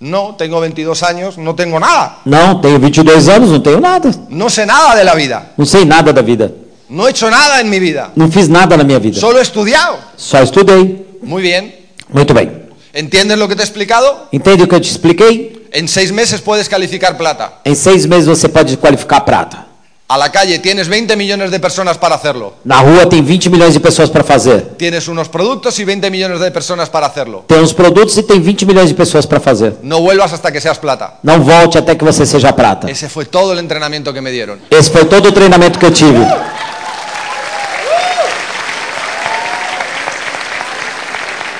[SPEAKER 1] No, tengo 22 años, no tengo nada.
[SPEAKER 2] Não, tenho 22 anos, não tenho nada.
[SPEAKER 1] No sé nada de la vida.
[SPEAKER 2] Não sei nada da vida.
[SPEAKER 1] No he hecho nada en mi vida.
[SPEAKER 2] Não fiz nada na minha vida.
[SPEAKER 1] Solo he estudiado.
[SPEAKER 2] Só estudei.
[SPEAKER 1] Muy bien.
[SPEAKER 2] Muito bem.
[SPEAKER 1] ¿Entiendes lo que te he explicado?
[SPEAKER 2] Entende o que eu te expliquei?
[SPEAKER 1] En seis meses puedes calificar plata.
[SPEAKER 2] Em seis meses você pode qualificar prata.
[SPEAKER 1] A la calle tienes 20 millones de personas para hacerlo.
[SPEAKER 2] Na rua tem 20 milhões de pessoas para fazer.
[SPEAKER 1] Tienes unos productos y 20 millones de personas para hacerlo.
[SPEAKER 2] Tem os produtos e tem 20 milhões de pessoas para fazer.
[SPEAKER 1] No vuelvas hasta que seas plata.
[SPEAKER 2] Não volte até que você seja prata.
[SPEAKER 1] Ese fue todo el entrenamiento que me dieron.
[SPEAKER 2] Esse foi todo o treinamento que eu tive.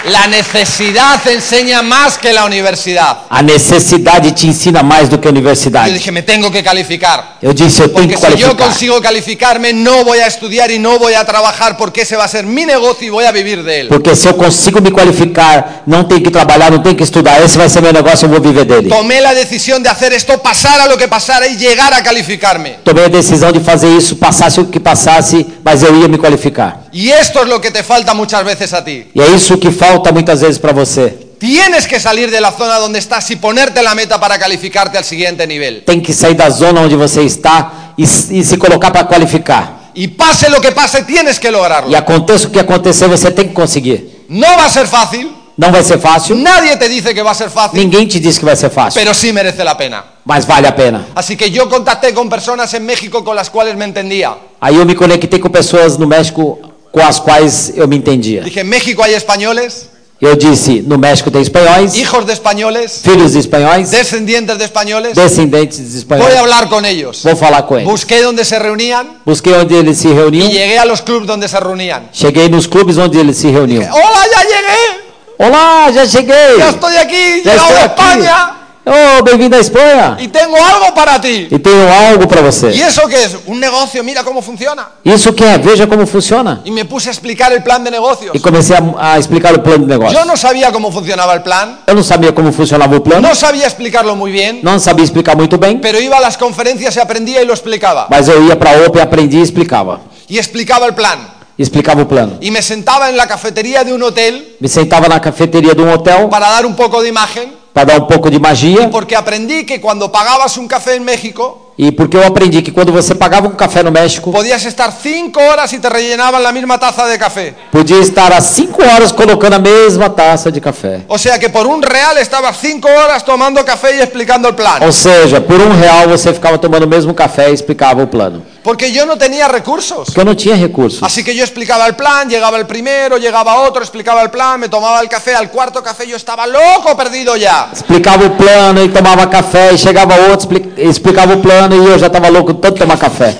[SPEAKER 1] La necesidad enseña más que la universidad.
[SPEAKER 2] A necessidade te ensina mais do que a
[SPEAKER 1] Yo
[SPEAKER 2] universidade.
[SPEAKER 1] dije, me tengo que calificar.
[SPEAKER 2] Eu disse, eu tenho
[SPEAKER 1] Porque
[SPEAKER 2] que
[SPEAKER 1] si yo
[SPEAKER 2] qualificar.
[SPEAKER 1] consigo calificarme, no voy a estudiar y no voy a trabajar porque ese va a ser mi negocio y voy a vivir de él.
[SPEAKER 2] Porque se eu consigo me qualificar, não tenho que trabalhar, não tenho que estudar, esse vai ser meu negócio, eu vou viver dele.
[SPEAKER 1] Tomé la decisión de hacer esto, pasara lo que pasara y llegar a calificarme.
[SPEAKER 2] Tomei a decisão de fazer isso, passasse o que passasse, mas eu ia me qualificar.
[SPEAKER 1] Y esto es lo que te falta muchas veces a ti.
[SPEAKER 2] E é isso que falta muitas vezes para você.
[SPEAKER 1] Tienes que salir de la zona donde estás y ponerte la meta para calificarte al siguiente nivel.
[SPEAKER 2] Tem que sair da zona onde você está e, s- e se colocar para qualificar.
[SPEAKER 1] Y pase lo que pase, tienes que
[SPEAKER 2] E
[SPEAKER 1] lograrlo.
[SPEAKER 2] aconteça o que acontecer, você tem que conseguir.
[SPEAKER 1] No va a ser fácil,
[SPEAKER 2] Não vai ser fácil,
[SPEAKER 1] nadie te dice que va a ser fácil,
[SPEAKER 2] ninguém te diz que vai ser fácil,
[SPEAKER 1] pero sí merece la pena.
[SPEAKER 2] mas vale a pena.
[SPEAKER 1] Así que yo contacté con personas en México con las cuales me entendía.
[SPEAKER 2] Aí eu me conectei com pessoas no México com as quais eu me entendia.
[SPEAKER 1] Dije, en México hay españoles,
[SPEAKER 2] Eu disse, no México tem espanhóis,
[SPEAKER 1] hijos de españoles,
[SPEAKER 2] filhos de espanhóis,
[SPEAKER 1] descendientes de españoles.
[SPEAKER 2] descendentes de
[SPEAKER 1] Voy a
[SPEAKER 2] espanhóis.
[SPEAKER 1] hablar con ellos.
[SPEAKER 2] Vou é? falar com eles.
[SPEAKER 1] Busqué donde se reunían
[SPEAKER 2] Busquei onde eles se
[SPEAKER 1] y
[SPEAKER 2] reuniam.
[SPEAKER 1] llegué a los clubes donde se reunían.
[SPEAKER 2] Cheguei nos clubes onde eles se reuniam.
[SPEAKER 1] ¡Hola, ya llegué!
[SPEAKER 2] Olá, é? já cheguei.
[SPEAKER 1] ¡Ya estoy aquí!
[SPEAKER 2] Já
[SPEAKER 1] ¡Llegado
[SPEAKER 2] estou
[SPEAKER 1] a
[SPEAKER 2] aqui.
[SPEAKER 1] España!
[SPEAKER 2] Oh, bem-vindo à Espanha.
[SPEAKER 1] Y tengo algo para ti.
[SPEAKER 2] E tenho algo para
[SPEAKER 1] ¿Y
[SPEAKER 2] você.
[SPEAKER 1] eso qué es? Un negocio, mira cómo funciona.
[SPEAKER 2] Isso que é, veja como funciona.
[SPEAKER 1] Y me puse a explicar el plan de negocios.
[SPEAKER 2] E comecei a, a explicar o plano de negócio.
[SPEAKER 1] Yo no sabía cómo funcionaba el plan,
[SPEAKER 2] Eu não sabia como funcionava o plano,
[SPEAKER 1] no sabía explicarlo muy bien,
[SPEAKER 2] não sabia explicar muito bem,
[SPEAKER 1] pero iba a las conferencias y aprendía y lo explicaba.
[SPEAKER 2] mas eu ia para a OPE, aprendia e explicava.
[SPEAKER 1] Y explicaba el plan.
[SPEAKER 2] Explicava o plano.
[SPEAKER 1] Y me sentaba en la cafetería de un hotel
[SPEAKER 2] Me sentava na cafeteria de um hotel
[SPEAKER 1] para dar un poco de imagen,
[SPEAKER 2] para dar um pouco de magia.
[SPEAKER 1] porque aprendí que cuando pagabas un café en México,
[SPEAKER 2] E porque eu aprendi que quando você pagava um café no México,
[SPEAKER 1] podías estar cinco horas y te rellenaban la misma taza de café.
[SPEAKER 2] podia estar às 5 horas colocando a mesma taça de café.
[SPEAKER 1] O sea que por un real estabas cinco horas tomando café y explicando el plan.
[SPEAKER 2] Ou seja, por um real você ficava tomando o mesmo café e explicava o plano.
[SPEAKER 1] Porque yo no tenía recursos.
[SPEAKER 2] Porque eu não tinha recursos.
[SPEAKER 1] Así que yo explicaba el plan, llegaba el primero, llegaba otro, explicaba el plan, me tomaba el café, al cuarto café yo estaba loco perdido ya.
[SPEAKER 2] Explicava o plano e tomava café, e chegava outro, expli- explicava o plano e eu já estava louco de tanto tomar café.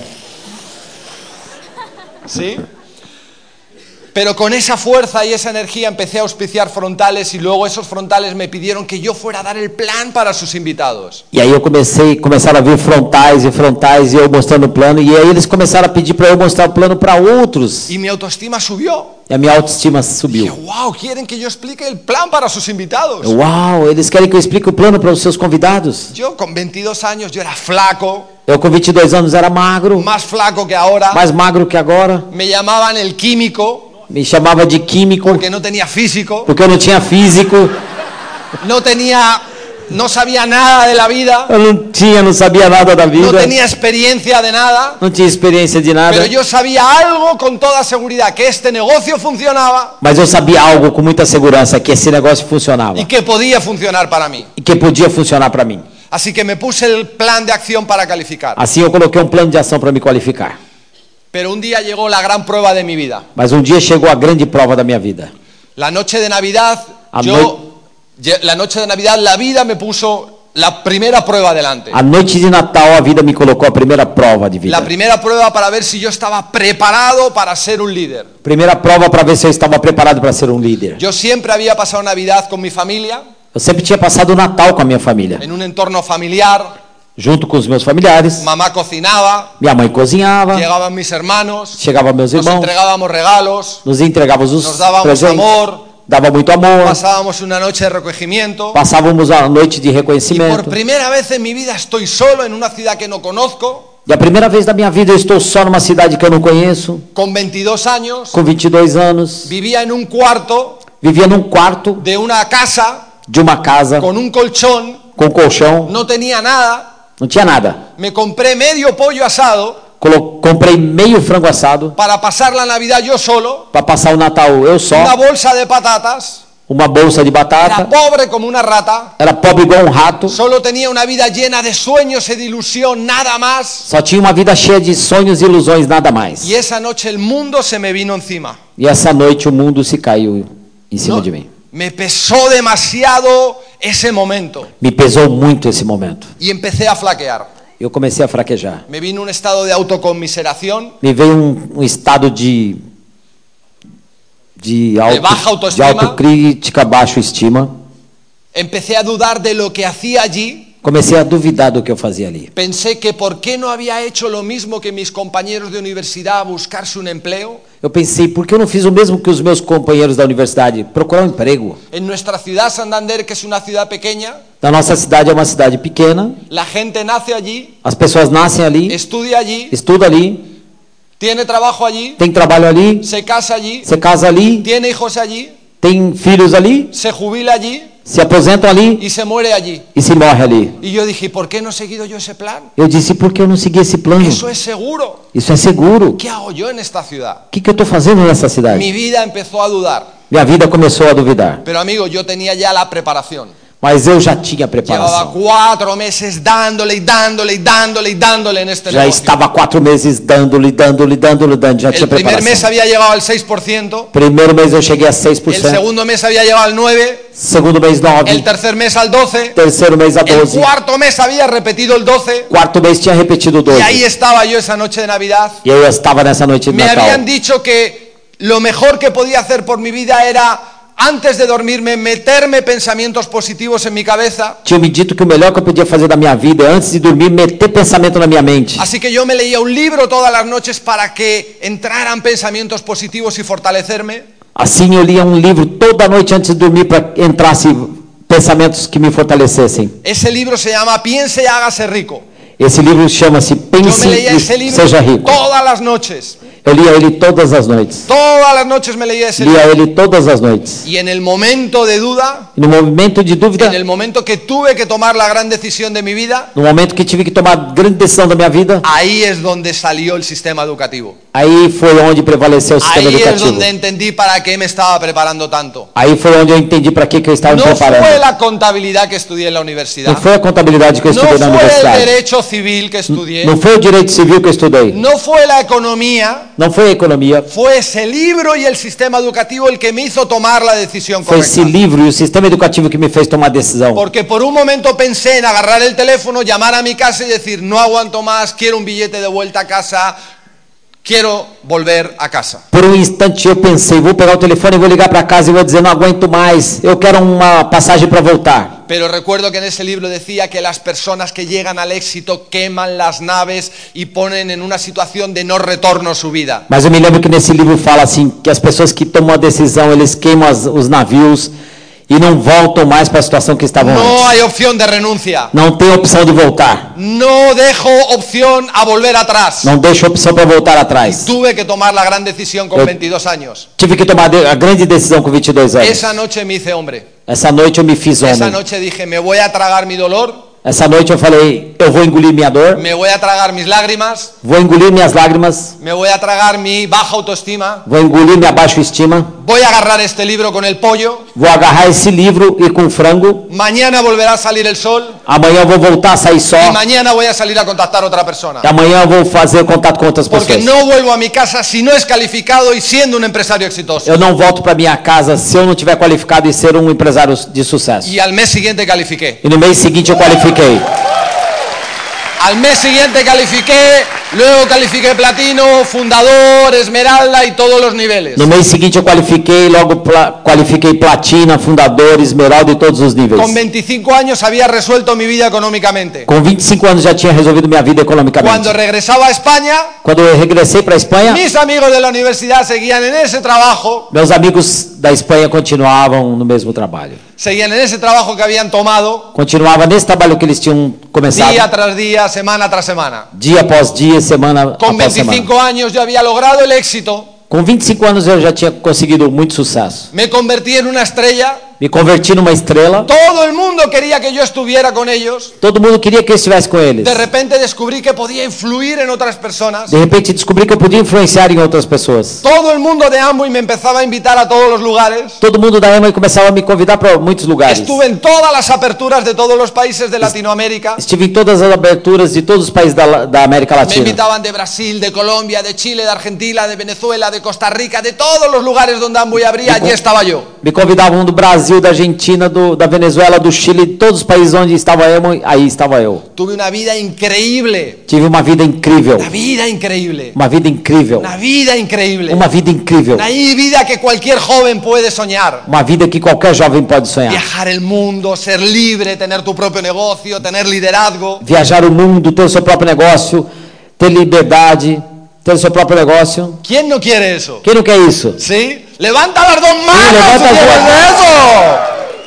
[SPEAKER 1] ¿Sí? Pero con esa fuerza y esa energía empecé a auspiciar frontales y luego esos frontales me pidieron que yo fuera a dar el plan para sus invitados.
[SPEAKER 2] E aí eu comecei, começaram a vir frontais e frontais e eu mostrando o plano. E aí eles começaram a pedir para eu mostrar o plano para outros.
[SPEAKER 1] Y mi autoestima subió.
[SPEAKER 2] E a minha autoestima
[SPEAKER 1] Dije,
[SPEAKER 2] subiu.
[SPEAKER 1] wow, quieren que yo explique el plan para sus invitados.
[SPEAKER 2] Eu, Uau, eles querem que eu explique o plano para os seus convidados.
[SPEAKER 1] Yo com 22 años yo era flaco,
[SPEAKER 2] Eu com 22 anos era magro,
[SPEAKER 1] más flaco que ahora.
[SPEAKER 2] mais magro que agora.
[SPEAKER 1] Me llamaban el químico
[SPEAKER 2] Me chamava de químico
[SPEAKER 1] porque no tenía físico.
[SPEAKER 2] porque eu não tinha físico.
[SPEAKER 1] No tenía, no sabía nada de la vida,
[SPEAKER 2] Eu não tinha, não sabia nada da
[SPEAKER 1] no
[SPEAKER 2] vida.
[SPEAKER 1] tenía experiencia de nada,
[SPEAKER 2] Não tinha experiência de nada.
[SPEAKER 1] pero yo sabía algo con toda seguridad, que este negocio funcionaba
[SPEAKER 2] Mas eu sabia algo com muita segurança, que esse negócio funcionava.
[SPEAKER 1] y que podía funcionar para mim.
[SPEAKER 2] E que podia funcionar para mim.
[SPEAKER 1] Así que me puse el plan de acción para calificar.
[SPEAKER 2] Assim eu coloquei um plano de ação para me qualificar.
[SPEAKER 1] Pero un día llegó la gran prueba de mi vida.
[SPEAKER 2] Mas um dia chegou a grande prova da minha vida.
[SPEAKER 1] La noche de Navidad,
[SPEAKER 2] A
[SPEAKER 1] yo, ye- la noche de Navidad, la vida me puso la primera prueba delante.
[SPEAKER 2] A noite de Natal, a vida me colocou a primeira prova de vida.
[SPEAKER 1] La primera prueba para ver si yo estaba preparado para ser un líder.
[SPEAKER 2] Primeira prova para ver se eu estava preparado para ser um líder.
[SPEAKER 1] Yo siempre había pasado Navidad con mi familia,
[SPEAKER 2] Eu sempre tinha passado o Natal com a minha família,
[SPEAKER 1] en un entorno familiar,
[SPEAKER 2] junto com os meus familiares.
[SPEAKER 1] Mamá cocinaba,
[SPEAKER 2] Minha mãe cozinhava,
[SPEAKER 1] llegaban mis hermanos,
[SPEAKER 2] chegava meus
[SPEAKER 1] nos
[SPEAKER 2] irmãos,
[SPEAKER 1] entregábamos regalos,
[SPEAKER 2] nos entregávamos os
[SPEAKER 1] Nos dávamos
[SPEAKER 2] presentes,
[SPEAKER 1] amor.
[SPEAKER 2] dava muito amor,
[SPEAKER 1] pasábamos una noche de recogimiento.
[SPEAKER 2] passávamos a noite de
[SPEAKER 1] Y por
[SPEAKER 2] reconhecimento.
[SPEAKER 1] primera vez en mi vida estoy solo en una ciudad que no conozco,
[SPEAKER 2] E a primeira vez da minha vida eu estou só numa cidade que eu não conheço,
[SPEAKER 1] con 22 años,
[SPEAKER 2] com 22 anos,
[SPEAKER 1] vivía en un cuarto
[SPEAKER 2] vivia num quarto
[SPEAKER 1] de una casa
[SPEAKER 2] de uma casa
[SPEAKER 1] con un colchón,
[SPEAKER 2] com colchão,
[SPEAKER 1] no tenía nada,
[SPEAKER 2] não tinha nada.
[SPEAKER 1] me compré medio pollo asado
[SPEAKER 2] Colo- comprei meio frango assado
[SPEAKER 1] para pasar la Navidad yo solo,
[SPEAKER 2] para passar o Natal eu só,
[SPEAKER 1] una bolsa de patatas,
[SPEAKER 2] uma bolsa de
[SPEAKER 1] era
[SPEAKER 2] batata,
[SPEAKER 1] pobre como una rata,
[SPEAKER 2] era pobre igual um rato,
[SPEAKER 1] solo tenía una vida llena de sueños y de ilusión, nada más.
[SPEAKER 2] só tinha uma vida cheia de sonhos e ilusões, nada mais.
[SPEAKER 1] Y esa noche el mundo se me vino encima.
[SPEAKER 2] E essa noite o mundo se caiu em cima
[SPEAKER 1] ¿no?
[SPEAKER 2] de mim.
[SPEAKER 1] Me pesó demasiado esse momento
[SPEAKER 2] Me pesou muito esse momento.
[SPEAKER 1] y empecé a flaquear.
[SPEAKER 2] Eu comecei a fraquejar.
[SPEAKER 1] Me vino un estado de autoconmiseración
[SPEAKER 2] Me veio um, um estado de de, auto-
[SPEAKER 1] De baja autoestima.
[SPEAKER 2] de autocrítica, baixa estima.
[SPEAKER 1] Empecé a dudar de lo que hacía allí.
[SPEAKER 2] Comecei a duvidar do que eu fazia ali.
[SPEAKER 1] Pensé que por qué no había hecho lo mismo que mis compañeros de universidad, buscarse un empleo.
[SPEAKER 2] Eu pensei, por que eu não fiz o mesmo que os meus companheiros da universidade? Procurar um emprego.
[SPEAKER 1] En nuestra ciudad, Santander, que es una ciudad pequeña,
[SPEAKER 2] Na nossa cidade é uma cidade pequena,
[SPEAKER 1] la gente nace allí,
[SPEAKER 2] as pessoas nascem ali,
[SPEAKER 1] estudia allí,
[SPEAKER 2] estuda ali,
[SPEAKER 1] tiene trabajo allí,
[SPEAKER 2] tem trabalho ali,
[SPEAKER 1] se casa allí,
[SPEAKER 2] se casa ali,
[SPEAKER 1] tiene hijos allí,
[SPEAKER 2] tem filhos ali,
[SPEAKER 1] se jubila allí
[SPEAKER 2] se aposentam ali
[SPEAKER 1] y se muere allí.
[SPEAKER 2] e se morre ali.
[SPEAKER 1] Y yo dije, ¿por qué no he seguido yo ese plan?
[SPEAKER 2] Eu disse, por que eu não segui esse plano?
[SPEAKER 1] Eso es seguro.
[SPEAKER 2] Isso é seguro.
[SPEAKER 1] ¿Qué hago yo en esta ciudad?
[SPEAKER 2] O que, que eu estou fazendo nessa
[SPEAKER 1] Mi
[SPEAKER 2] cidade?
[SPEAKER 1] vida empezó a dudar.
[SPEAKER 2] Minha vida começou a duvidar.
[SPEAKER 1] Pero amigo, yo tenía ya la preparación.
[SPEAKER 2] Mas eu já tinha
[SPEAKER 1] Llevaba
[SPEAKER 2] preparação.
[SPEAKER 1] cuatro meses dándole y dándole y dándole y dándole en este
[SPEAKER 2] Já
[SPEAKER 1] negocio.
[SPEAKER 2] estava há quatro meses dando-lhe, dando-lhe, dando-lhe, dando. Já tinha
[SPEAKER 1] El primer mes
[SPEAKER 2] preparação.
[SPEAKER 1] había llegado al 6%,
[SPEAKER 2] Primeiro mês eu cheguei a
[SPEAKER 1] el
[SPEAKER 2] 6%.
[SPEAKER 1] segundo mes había llegado al 9%,
[SPEAKER 2] Segundo mês
[SPEAKER 1] el
[SPEAKER 2] 9%.
[SPEAKER 1] tercer mes al 12%,
[SPEAKER 2] Terceiro mês a
[SPEAKER 1] el
[SPEAKER 2] 12%.
[SPEAKER 1] cuarto mes había repetido el 12%,
[SPEAKER 2] Quarto mês tinha repetido
[SPEAKER 1] y
[SPEAKER 2] 12.
[SPEAKER 1] ahí estaba yo esa noche de Navidad.
[SPEAKER 2] E eu estava nessa noite de
[SPEAKER 1] Me
[SPEAKER 2] Natal.
[SPEAKER 1] habían dicho que lo mejor que podía hacer por mi vida era, antes de dormirme, meterme pensamientos positivos en mi cabeza.
[SPEAKER 2] Tinha me dito que o melhor que eu podia fazer da minha vida é, antes de dormir, meter pensamento na minha mente.
[SPEAKER 1] Así que yo me leía un libro todas las noches para que entraran pensamientos positivos y fortalecerme.
[SPEAKER 2] Assim eu lia um livro toda noite antes de dormir para entrasse pensamentos que me fortalecessem.
[SPEAKER 1] Ese libro se llama Piense y hágase rico.
[SPEAKER 2] Esse livro chama-se
[SPEAKER 1] Yo
[SPEAKER 2] Pense
[SPEAKER 1] me leía ese
[SPEAKER 2] e
[SPEAKER 1] libro
[SPEAKER 2] Seja Rico.
[SPEAKER 1] todas las noches.
[SPEAKER 2] Eu lia ele todas as noites.
[SPEAKER 1] Todas las noches me leía ese libro.
[SPEAKER 2] Lia ele todas as noites.
[SPEAKER 1] Y en el momento de duda,
[SPEAKER 2] E no momento de dúvida,
[SPEAKER 1] en el momento que tuve que tomar la gran decisión de mi vida,
[SPEAKER 2] no momento que tive que tomar a grande decisão da minha vida,
[SPEAKER 1] ahí es donde salió el sistema educativo.
[SPEAKER 2] aí foi onde prevaleceu o sistema
[SPEAKER 1] Ahí es
[SPEAKER 2] educativo.
[SPEAKER 1] donde entendí para qué me estaba preparando tanto.
[SPEAKER 2] Aí foi onde eu entendi para que, que eu estava me
[SPEAKER 1] No fue
[SPEAKER 2] preparando.
[SPEAKER 1] la contabilidad que estudié en la universidad.
[SPEAKER 2] Não foi a contabilidade que eu
[SPEAKER 1] No
[SPEAKER 2] estudei na
[SPEAKER 1] fue el
[SPEAKER 2] universidade.
[SPEAKER 1] derecho civil que estudié.
[SPEAKER 2] Não foi o direito civil que eu estudei.
[SPEAKER 1] No fue la economía,
[SPEAKER 2] Não foi a economia.
[SPEAKER 1] fue ese libro y el sistema educativo el que me hizo tomar la decisión
[SPEAKER 2] Foi esse
[SPEAKER 1] correcta.
[SPEAKER 2] livro e o sistema educativo que me fez tomar a decisão.
[SPEAKER 1] Porque por un momento pensé en agarrar el teléfono, llamar a mi casa y decir, no aguanto más, quiero un billete de vuelta a casa, quiero volver a casa.
[SPEAKER 2] Por um instante eu pensei, vou pegar o telefone, vou ligar para casa e vou dizer, não aguento mais, eu quero uma passagem para voltar.
[SPEAKER 1] Pero recuerdo que en ese libro decía que las personas que llegan al éxito queman las naves y ponen en una situación de no retorno su vida.
[SPEAKER 2] Mas eu me lembro que nesse livro fala assim, que as pessoas que tomam a decisão, eles queimam as- os navios e não voltam mais para a situação que estavam
[SPEAKER 1] No
[SPEAKER 2] antes.
[SPEAKER 1] hay opción de renuncia.
[SPEAKER 2] Não tem opção de voltar.
[SPEAKER 1] No dejo opción a volver atrás.
[SPEAKER 2] Não deixa opção para voltar atrás.
[SPEAKER 1] Tuve que tomar la gran decisión con
[SPEAKER 2] Eh.
[SPEAKER 1] 22 años.
[SPEAKER 2] Tive que tomar de- a grande decisão com 22 anos.
[SPEAKER 1] Esa noche me hice hombre.
[SPEAKER 2] Essa noite eu me fiz
[SPEAKER 1] Esa
[SPEAKER 2] homem.
[SPEAKER 1] noche dije, me voy a tragar mi dolor,
[SPEAKER 2] Essa noite eu falei, eu vou engolir minha dor,
[SPEAKER 1] me voy a tragar mis lágrimas,
[SPEAKER 2] vou engolir minhas lágrimas,
[SPEAKER 1] me voy a tragar mi baja autoestima,
[SPEAKER 2] vou engolir minha baixa estima,
[SPEAKER 1] voy a agarrar este libro con el pollo,
[SPEAKER 2] vou agarrar esse livro e com frango,
[SPEAKER 1] mañana volverá a salir el sol
[SPEAKER 2] amanhã eu vou voltar a sair só,
[SPEAKER 1] y mañana voy a salir a contactar a otra persona.
[SPEAKER 2] e amanhã eu vou fazer contato com outras
[SPEAKER 1] Porque
[SPEAKER 2] pessoas.
[SPEAKER 1] no vuelvo a mi casa si no es calificado y siendo un empresario exitoso.
[SPEAKER 2] Eu não volto para minha casa se eu não tiver qualificado em ser um empresário de sucesso.
[SPEAKER 1] Y al mes siguiente califiqué.
[SPEAKER 2] E no mês seguinte eu qualifiquei.
[SPEAKER 1] Al mes siguiente califiqué, luego califiqué platino, fundador, esmeralda y todos los niveles.
[SPEAKER 2] No mês seguinte eu qualifiquei, logo pla- qualifiquei platina, fundador, esmeralda e todos os níveis.
[SPEAKER 1] Con 25 años había resuelto mi vida económicamente.
[SPEAKER 2] Com 25 anos já tinha resolvido minha vida economicamente.
[SPEAKER 1] Cuando regresaba a España,
[SPEAKER 2] Quando eu regressei para a Espanha,
[SPEAKER 1] mis amigos de la universidad seguían en ese trabajo,
[SPEAKER 2] meus amigos da Espanha continuavam no mesmo trabalho.
[SPEAKER 1] seguían en ese trabajo que habían tomado
[SPEAKER 2] Continuava nesse trabalho que eles tinham começado.
[SPEAKER 1] día tras día, semana tras semana.
[SPEAKER 2] dia após dia, semana
[SPEAKER 1] Con
[SPEAKER 2] após semana.
[SPEAKER 1] 25 años yo había logrado el éxito,
[SPEAKER 2] Com 25 anos eu já tinha conseguido muito sucesso.
[SPEAKER 1] me convertí en una estrella,
[SPEAKER 2] Me converti numa estrela.
[SPEAKER 1] todo el mundo quería que yo estuviera con ellos.
[SPEAKER 2] Todo mundo queria que eu estivesse com eles.
[SPEAKER 1] De repente descubrí que podía influir en otras personas.
[SPEAKER 2] De repente descobri que eu podia influenciar em outras pessoas.
[SPEAKER 1] Todo el mundo de ambos me empezaba a invitar a todos los lugares.
[SPEAKER 2] Todo mundo da EMA começava a me convidar para muitos lugares.
[SPEAKER 1] Estuve en todas las aperturas de todos los países de Latinoamérica.
[SPEAKER 2] Estive em todas as aberturas de todos os países da, La- da América
[SPEAKER 1] Me
[SPEAKER 2] Latina.
[SPEAKER 1] invitaban de Brasil, de Colombia, de Chile, de Argentina, de Venezuela, de Costa Rica, de todos los lugares donde Amboy abría, allí estaba yo.
[SPEAKER 2] me convidavam do Brasil, da Argentina, do- da Venezuela, do Chile, de todos os países onde estava eu, aí estava eu.
[SPEAKER 1] Tuve una vida increíble.
[SPEAKER 2] Tive uma vida incrível,
[SPEAKER 1] Una vida increíble.
[SPEAKER 2] uma vida incrível,
[SPEAKER 1] Una vida increíble.
[SPEAKER 2] uma vida incrível,
[SPEAKER 1] Una vida que cualquier joven puede soñar.
[SPEAKER 2] uma vida que qualquer jovem pode sonhar.
[SPEAKER 1] Viajar el mundo, ser libre, tener tu propio negocio, tener liderazgo.
[SPEAKER 2] Viajar o mundo, ter o seu próprio negócio, ter liberdade, ter o seu próprio negócio.
[SPEAKER 1] ¿Quién no quiere eso?
[SPEAKER 2] Quem não quer isso?
[SPEAKER 1] ¿Sí? Levanta las dos manos.
[SPEAKER 2] Sí, levanta
[SPEAKER 1] si
[SPEAKER 2] las
[SPEAKER 1] quieres
[SPEAKER 2] manos.
[SPEAKER 1] eso.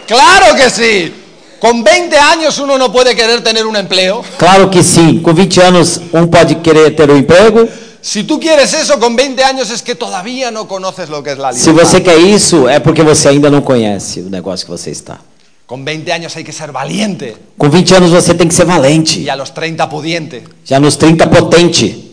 [SPEAKER 1] Claro que sí. Con 20 años uno no puede querer tener un empleo.
[SPEAKER 2] Claro que sim. Com 20 anos, um pode querer ter um emprego.
[SPEAKER 1] Si tú quieres eso con 20 años es que todavía no conoces lo que es la
[SPEAKER 2] Se
[SPEAKER 1] libertad.
[SPEAKER 2] você quer isso, é porque você ainda não conhece o negócio que você está.
[SPEAKER 1] Con 20 años hay que ser valiente
[SPEAKER 2] Com 20 anos, você tem que ser valente.
[SPEAKER 1] y a los 30 pudiente.
[SPEAKER 2] Já nos 30, potente.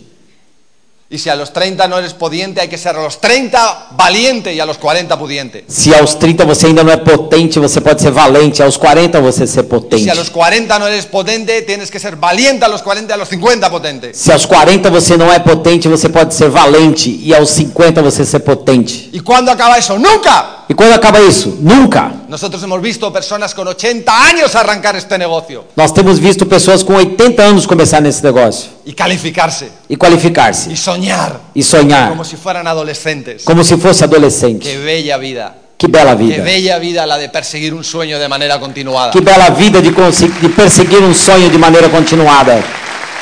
[SPEAKER 1] Y si a los 30 no eres pudiente, hay que ser a los 30 valiente y a los 40 pudiente.
[SPEAKER 2] Se aos 30 você ainda não é potente, você pode ser valente. Aos 40, você ser
[SPEAKER 1] Y
[SPEAKER 2] potente.
[SPEAKER 1] si a los 40 no eres potente, tienes que ser valiente a los 40 y a los 50 potente.
[SPEAKER 2] Se aos 40 você não é potente, você pode ser valente. E aos 50 você ser potente.
[SPEAKER 1] ¿Y cuándo acaba eso? ¡Nunca!
[SPEAKER 2] E quando acaba isso? Nunca!
[SPEAKER 1] Nosotros hemos visto personas con 80 años arrancar este negocio
[SPEAKER 2] Nós temos visto pessoas com 80 anos começar nesse negócio
[SPEAKER 1] y calificarse
[SPEAKER 2] e qualificar-se
[SPEAKER 1] y soñar
[SPEAKER 2] e sonhar
[SPEAKER 1] como si fueran adolescentes.
[SPEAKER 2] como se fosse
[SPEAKER 1] ¡Qué
[SPEAKER 2] adolescente.
[SPEAKER 1] bella vida!
[SPEAKER 2] Que bela
[SPEAKER 1] ¡Qué
[SPEAKER 2] vida!
[SPEAKER 1] bella vida la de perseguir un sueño de manera continuada!
[SPEAKER 2] Que bela vida de, consi- de perseguir um sonho de maneira continuada.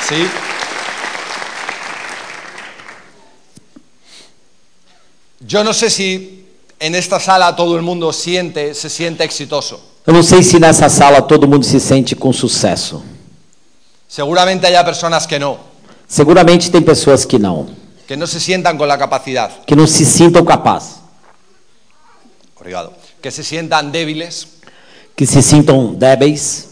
[SPEAKER 1] ¿Sí? Yo no sé si en esta sala todo el mundo siente, se siente exitoso.
[SPEAKER 2] Eu não sei se nessa sala todo mundo se sente com sucesso.
[SPEAKER 1] Seguramente haya personas que no,
[SPEAKER 2] Seguramente tem pessoas que não,
[SPEAKER 1] que no se sientan con la capacidad,
[SPEAKER 2] que não se sintam capazes,
[SPEAKER 1] obrigado, que se sientan débiles,
[SPEAKER 2] que se sintam débeis,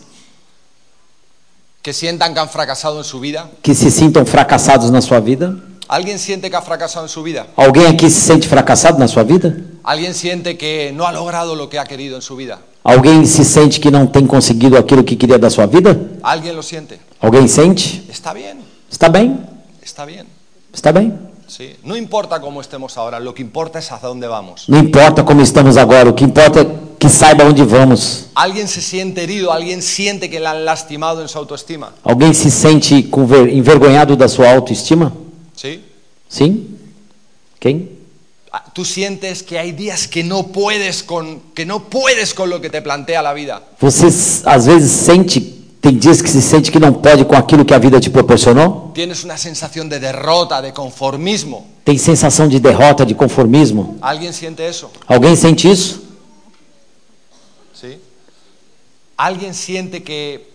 [SPEAKER 1] que sientan que han fracasado en su vida.
[SPEAKER 2] que se sintam fracassados na sua vida.
[SPEAKER 1] ¿Alguien siente que ha fracasado en su vida?
[SPEAKER 2] Alguém aqui se sente fracassado na sua vida?
[SPEAKER 1] ¿Alguien siente que no ha logrado lo que ha querido en su vida?
[SPEAKER 2] Alguém se sente que não tem conseguido aquilo que queria da sua vida?
[SPEAKER 1] ¿Alguien lo siente?
[SPEAKER 2] Alguém sente?
[SPEAKER 1] Está bien,
[SPEAKER 2] Está bem?
[SPEAKER 1] está bien.
[SPEAKER 2] Está bem?
[SPEAKER 1] Sí, no importa cómo estemos ahora, lo que importa es hacia dónde vamos.
[SPEAKER 2] Não importa como estamos agora, o que importa é que saiba onde vamos.
[SPEAKER 1] Alguien se siente herido, alguien siente que le han lastimado en su autoestima.
[SPEAKER 2] Alguém se sente com ver- envergonhado da sua autoestima?
[SPEAKER 1] ¿Sí?
[SPEAKER 2] Sim? Quem?
[SPEAKER 1] Ah, Tú sientes que hay días que no puedes con que no puedes con lo que te plantea la vida.
[SPEAKER 2] Você s- às vezes sente, tem dias que se sente que não pode com aquilo que a vida te proporcionou?
[SPEAKER 1] Tienes una sensación de derrota, de conformismo.
[SPEAKER 2] Tem sensação de derrota, de conformismo?
[SPEAKER 1] ¿Alguien siente eso?
[SPEAKER 2] Alguém sente isso?
[SPEAKER 1] ¿Sí? ¿Alguien siente que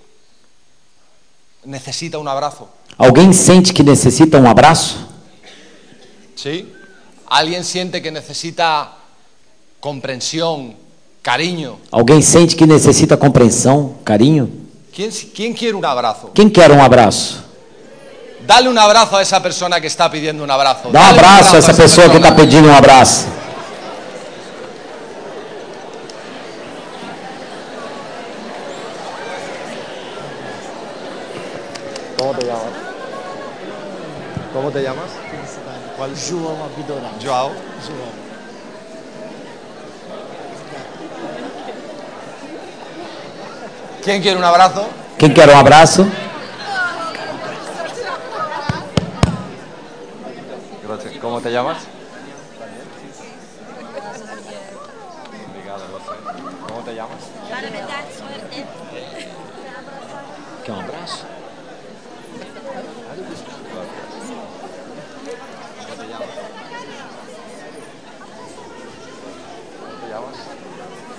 [SPEAKER 1] necesita un abrazo?
[SPEAKER 2] Alguém sente que necessita um abraço?
[SPEAKER 1] ¿Sí? ¿Alguien siente que necesita comprensión, cariño?
[SPEAKER 2] Alguém sente que necessita compreensão, carinho?
[SPEAKER 1] ¿Quién, quién quiere un abrazo?
[SPEAKER 2] Quem quer um abraço?
[SPEAKER 1] Dale un abrazo a essa persona que está pidiendo un abrazo.
[SPEAKER 2] Dá um
[SPEAKER 1] Dale
[SPEAKER 2] abraço a essa pessoa que
[SPEAKER 1] né?
[SPEAKER 2] está pedindo um abraço.
[SPEAKER 1] ¿Cómo te llamas? ¿Cómo te llamas?
[SPEAKER 3] João Abdorato.
[SPEAKER 1] Joao.
[SPEAKER 3] João.
[SPEAKER 1] ¿Quién quiere un abrazo?
[SPEAKER 2] Quem quer um abraço?
[SPEAKER 1] Gracias. ¿Cómo te llamas? ¿Cómo te llamas?
[SPEAKER 4] Para me dar suerte.
[SPEAKER 2] Quer um abraço?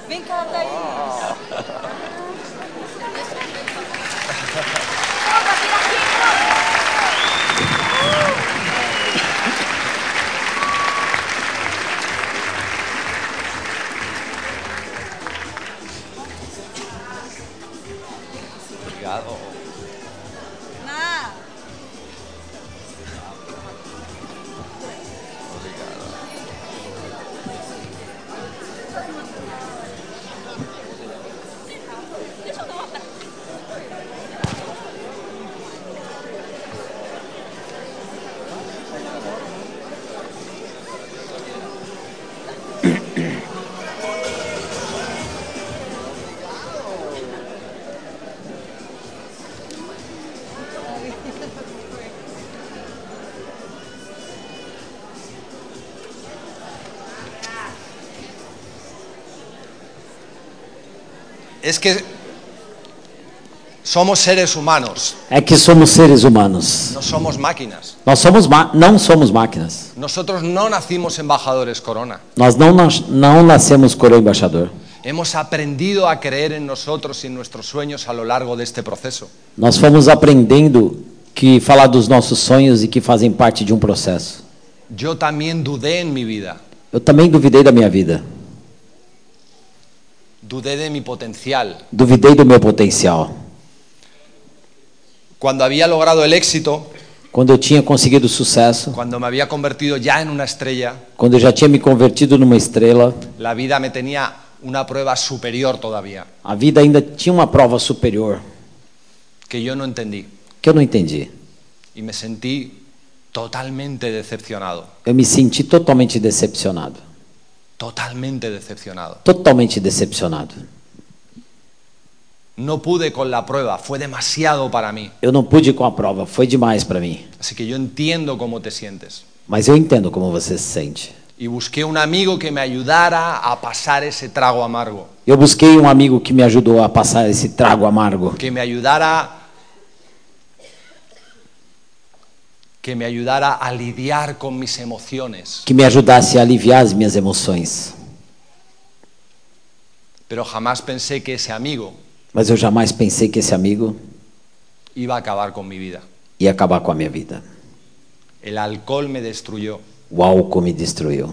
[SPEAKER 4] Vem cá, Thaís. Má,
[SPEAKER 1] es que somos seres humanos,
[SPEAKER 2] é que somos seres humanos.
[SPEAKER 1] no somos máquinas.
[SPEAKER 2] Nós somos ma- não somos máquinas.
[SPEAKER 1] Nosotros no nacimos embajadores corona.
[SPEAKER 2] Nós não, nas- não nascemos coroa embaixador.
[SPEAKER 1] Hemos aprendido a creer en nosotros y en nuestros sueños a lo largo de este proceso.
[SPEAKER 2] Nós fomos aprendendo que falar dos nossos sonhos e que fazem parte de um processo.
[SPEAKER 1] Yo también dudé en mi vida,
[SPEAKER 2] Eu também duvidei da minha vida.
[SPEAKER 1] dudé de mi potencial.
[SPEAKER 2] Duvidei do meu potencial.
[SPEAKER 1] Cuando había logrado el éxito,
[SPEAKER 2] Quando eu tinha conseguido sucesso,
[SPEAKER 1] cuando me había convertido ya en una estrella,
[SPEAKER 2] quando eu já tinha me convertido numa estrela,
[SPEAKER 1] la vida me tenía una prueba superior todavía,
[SPEAKER 2] a vida ainda tinha uma prova superior
[SPEAKER 1] que yo no entendí.
[SPEAKER 2] que eu não entendi.
[SPEAKER 1] Y me sentí totalmente decepcionado,
[SPEAKER 2] Eu me senti totalmente decepcionado.
[SPEAKER 1] totalmente decepcionado.
[SPEAKER 2] Totalmente decepcionado.
[SPEAKER 1] No pude con la prueba, fue demasiado para mim.
[SPEAKER 2] Eu não pude ir com a prova, foi demais para mim.
[SPEAKER 1] Así que yo entiendo cómo te sientes.
[SPEAKER 2] Mas eu entendo como você se sente.
[SPEAKER 1] Y busqué un amigo que me ayudara a pasar ese trago amargo,
[SPEAKER 2] Eu busquei um amigo que me ajudou a passar esse trago amargo,
[SPEAKER 1] que me ayudara que me ayudara a lidiar con mis emociones,
[SPEAKER 2] que me ajudasse a aliviar as minhas emoções.
[SPEAKER 1] pero jamás pensé que ese amigo
[SPEAKER 2] Mas eu jamais pensei que esse amigo
[SPEAKER 1] iba a acabar con mi vida.
[SPEAKER 2] ia acabar com a minha vida.
[SPEAKER 1] El alcohol me destruyó.
[SPEAKER 2] O álcool me destruiu.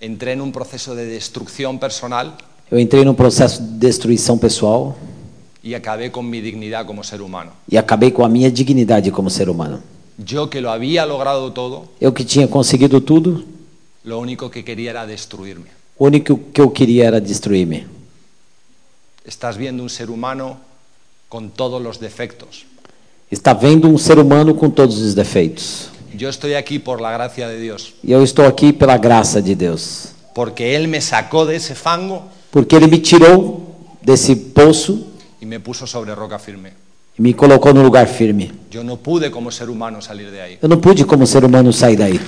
[SPEAKER 1] Entré en un proceso de destrucción personal
[SPEAKER 2] Eu entrei num processo de destruição pessoal
[SPEAKER 1] y acabé con mi dignidad como ser humano.
[SPEAKER 2] e acabei com a minha dignidade como ser humano.
[SPEAKER 1] Yo que lo había logrado todo,
[SPEAKER 2] Eu que tinha conseguido tudo,
[SPEAKER 1] lo único que quería era destruirme.
[SPEAKER 2] o único que eu queria era destruir-me.
[SPEAKER 1] Estás viendo un ser humano con todos los defectos.
[SPEAKER 2] Está vendo um ser humano com todos os defeitos.
[SPEAKER 1] Yo estoy aquí por la gracia de Dios,
[SPEAKER 2] E eu estou aqui pela graça de Deus,
[SPEAKER 1] porque Él me sacó de ese fango
[SPEAKER 2] porque Ele me tirou desse poço
[SPEAKER 1] y me puso sobre roca firme.
[SPEAKER 2] e me colocou no lugar firme.
[SPEAKER 1] Yo no pude como ser humano salir de ahí.
[SPEAKER 2] Eu não pude, como ser humano, sair daí.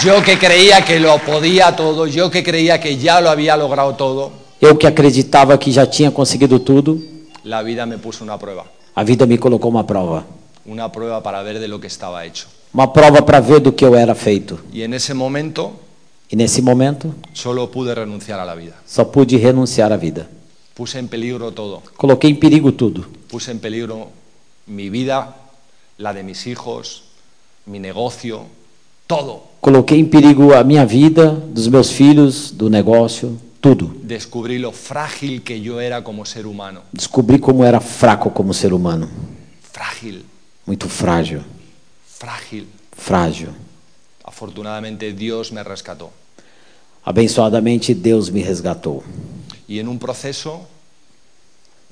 [SPEAKER 1] Yo que creía que lo podía todo, yo que creía que ya lo había logrado todo,
[SPEAKER 2] Eu que acreditava que já tinha conseguido tudo,
[SPEAKER 1] la vida me puso una prueba.
[SPEAKER 2] a vida me colocou uma prova.
[SPEAKER 1] Una prueba para ver de lo que estaba hecho.
[SPEAKER 2] Uma prova para ver do que eu era feito.
[SPEAKER 1] Y en ese momento
[SPEAKER 2] E nesse momento,
[SPEAKER 1] solo pude renunciar a la vida.
[SPEAKER 2] só pude renunciar à vida.
[SPEAKER 1] Puse en peligro todo.
[SPEAKER 2] Coloquei em perigo tudo.
[SPEAKER 1] Puse en peligro mi vida, la de mis hijos, mi negocio, todo.
[SPEAKER 2] Coloquei em perigo a minha vida, dos meus filhos, do negócio, tudo.
[SPEAKER 1] Descubrí lo frágil que yo era como ser humano.
[SPEAKER 2] Descobri como era fraco como ser humano.
[SPEAKER 1] Frágil,
[SPEAKER 2] Muito frágil,
[SPEAKER 1] frágil.
[SPEAKER 2] frágil.
[SPEAKER 1] Afortunadamente Dios me rescató.
[SPEAKER 2] Abençoadamente Deus me resgatou.
[SPEAKER 1] Y en un proceso,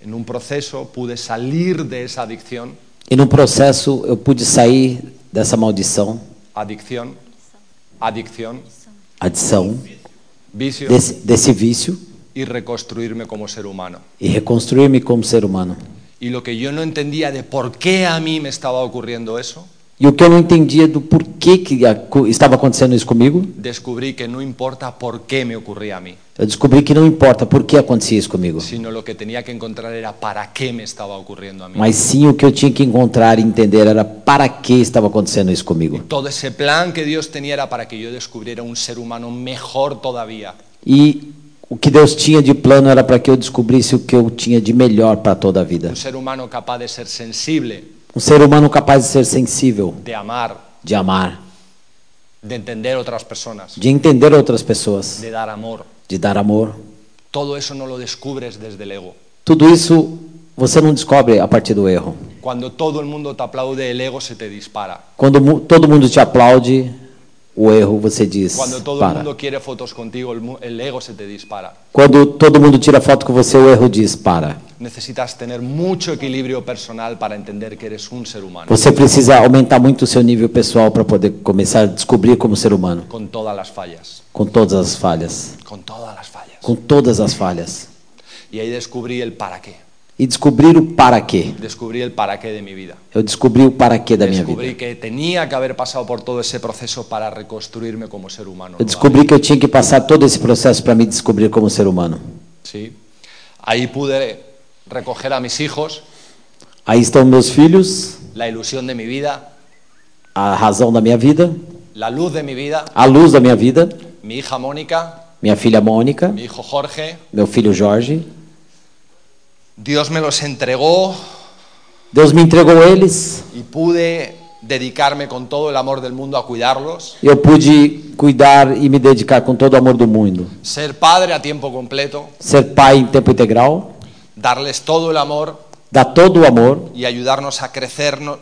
[SPEAKER 1] en un proceso pude salir de esa adicción,
[SPEAKER 2] E no processo eu pude sair dessa maldição,
[SPEAKER 1] adicción, adicción,
[SPEAKER 2] adição,
[SPEAKER 1] vicio,
[SPEAKER 2] desse, desse vício
[SPEAKER 1] y reconstruirme como ser humano.
[SPEAKER 2] e reconstruir-me como ser humano.
[SPEAKER 1] Y lo que yo no entendía de por qué a mí me estaba ocurriendo eso,
[SPEAKER 2] E o que eu não entendia do porquê que a- co- estava acontecendo isso comigo,
[SPEAKER 1] descubrí que no importa por qué me ocurría a mí,
[SPEAKER 2] eu descobri que não importa por que acontecia isso comigo,
[SPEAKER 1] sino lo que tenía que encontrar era para qué me estaba ocurriendo a mí.
[SPEAKER 2] mas sim o que eu tinha que encontrar e entender era para que estava acontecendo isso
[SPEAKER 1] Y
[SPEAKER 2] comigo.
[SPEAKER 1] todo ese plan que Dios tenía era para que yo descubriera un ser humano mejor todavía,
[SPEAKER 2] E o que Deus tinha de plano era para que eu descobrisse o que eu tinha de melhor para toda a vida.
[SPEAKER 1] un ser humano capaz de ser sensible,
[SPEAKER 2] Um ser humano capaz de ser sensível,
[SPEAKER 1] de amar,
[SPEAKER 2] de amar,
[SPEAKER 1] de entender otras personas,
[SPEAKER 2] de entender outras pessoas,
[SPEAKER 1] de dar amor.
[SPEAKER 2] de dar amor.
[SPEAKER 1] Todo eso no lo descubres desde el ego.
[SPEAKER 2] Tudo isso você não descobre a partir do erro.
[SPEAKER 1] Cuando todo el mundo te aplaude, el ego se te dispara.
[SPEAKER 2] Quando mu- todo mundo te aplaude, o erro você diz
[SPEAKER 1] Cuando todo el
[SPEAKER 2] para.
[SPEAKER 1] mundo quiere fotos contigo, el, mu- el ego se te dispara.
[SPEAKER 2] Quando todo mundo tira foto com você, o erro diz para.
[SPEAKER 1] Necesitas tener mucho equilibrio personal para entender que eres un ser humano,
[SPEAKER 2] Você precisa aumentar muito o seu nível pessoal para poder começar a descobrir como ser humano,
[SPEAKER 1] con todas las fallas,
[SPEAKER 2] com todas as falhas,
[SPEAKER 1] con todas las fallas.
[SPEAKER 2] com todas as falhas.
[SPEAKER 1] Y ahí descubrí el para qué.
[SPEAKER 2] e descobrir o para quê.
[SPEAKER 1] Descobrí el para qué de mi vida.
[SPEAKER 2] Eu descobri o para quê da minha vida.
[SPEAKER 1] Descubrí que tenía que haber pasado por todo ese proceso para reconstruirme como ser humano.
[SPEAKER 2] Eu descobri que eu tinha que passar todo esse processo para me descobrir como ser humano.
[SPEAKER 1] Sí. Ahí pude recoger a mis hijos,
[SPEAKER 2] Aí estão meus filhos,
[SPEAKER 1] la ilusión de mi vida,
[SPEAKER 2] a razão da minha vida,
[SPEAKER 1] la luz de mi vida,
[SPEAKER 2] a luz da minha vida,
[SPEAKER 1] mi hija Mónica,
[SPEAKER 2] minha filha Mônica,
[SPEAKER 1] mi hijo Jorge.
[SPEAKER 2] meu filho Jorge.
[SPEAKER 1] Dios me los entregó
[SPEAKER 2] Deus me entregou eles
[SPEAKER 1] y pude dedicarme con todo el amor del mundo a cuidarlos,
[SPEAKER 2] e eu pude cuidar e me dedicar com todo o amor do mundo.
[SPEAKER 1] ser padre a tiempo completo,
[SPEAKER 2] Ser pai em tempo integral,
[SPEAKER 1] darles todo el amor
[SPEAKER 2] dar todo o amor
[SPEAKER 1] y ayudarnos a crecer no-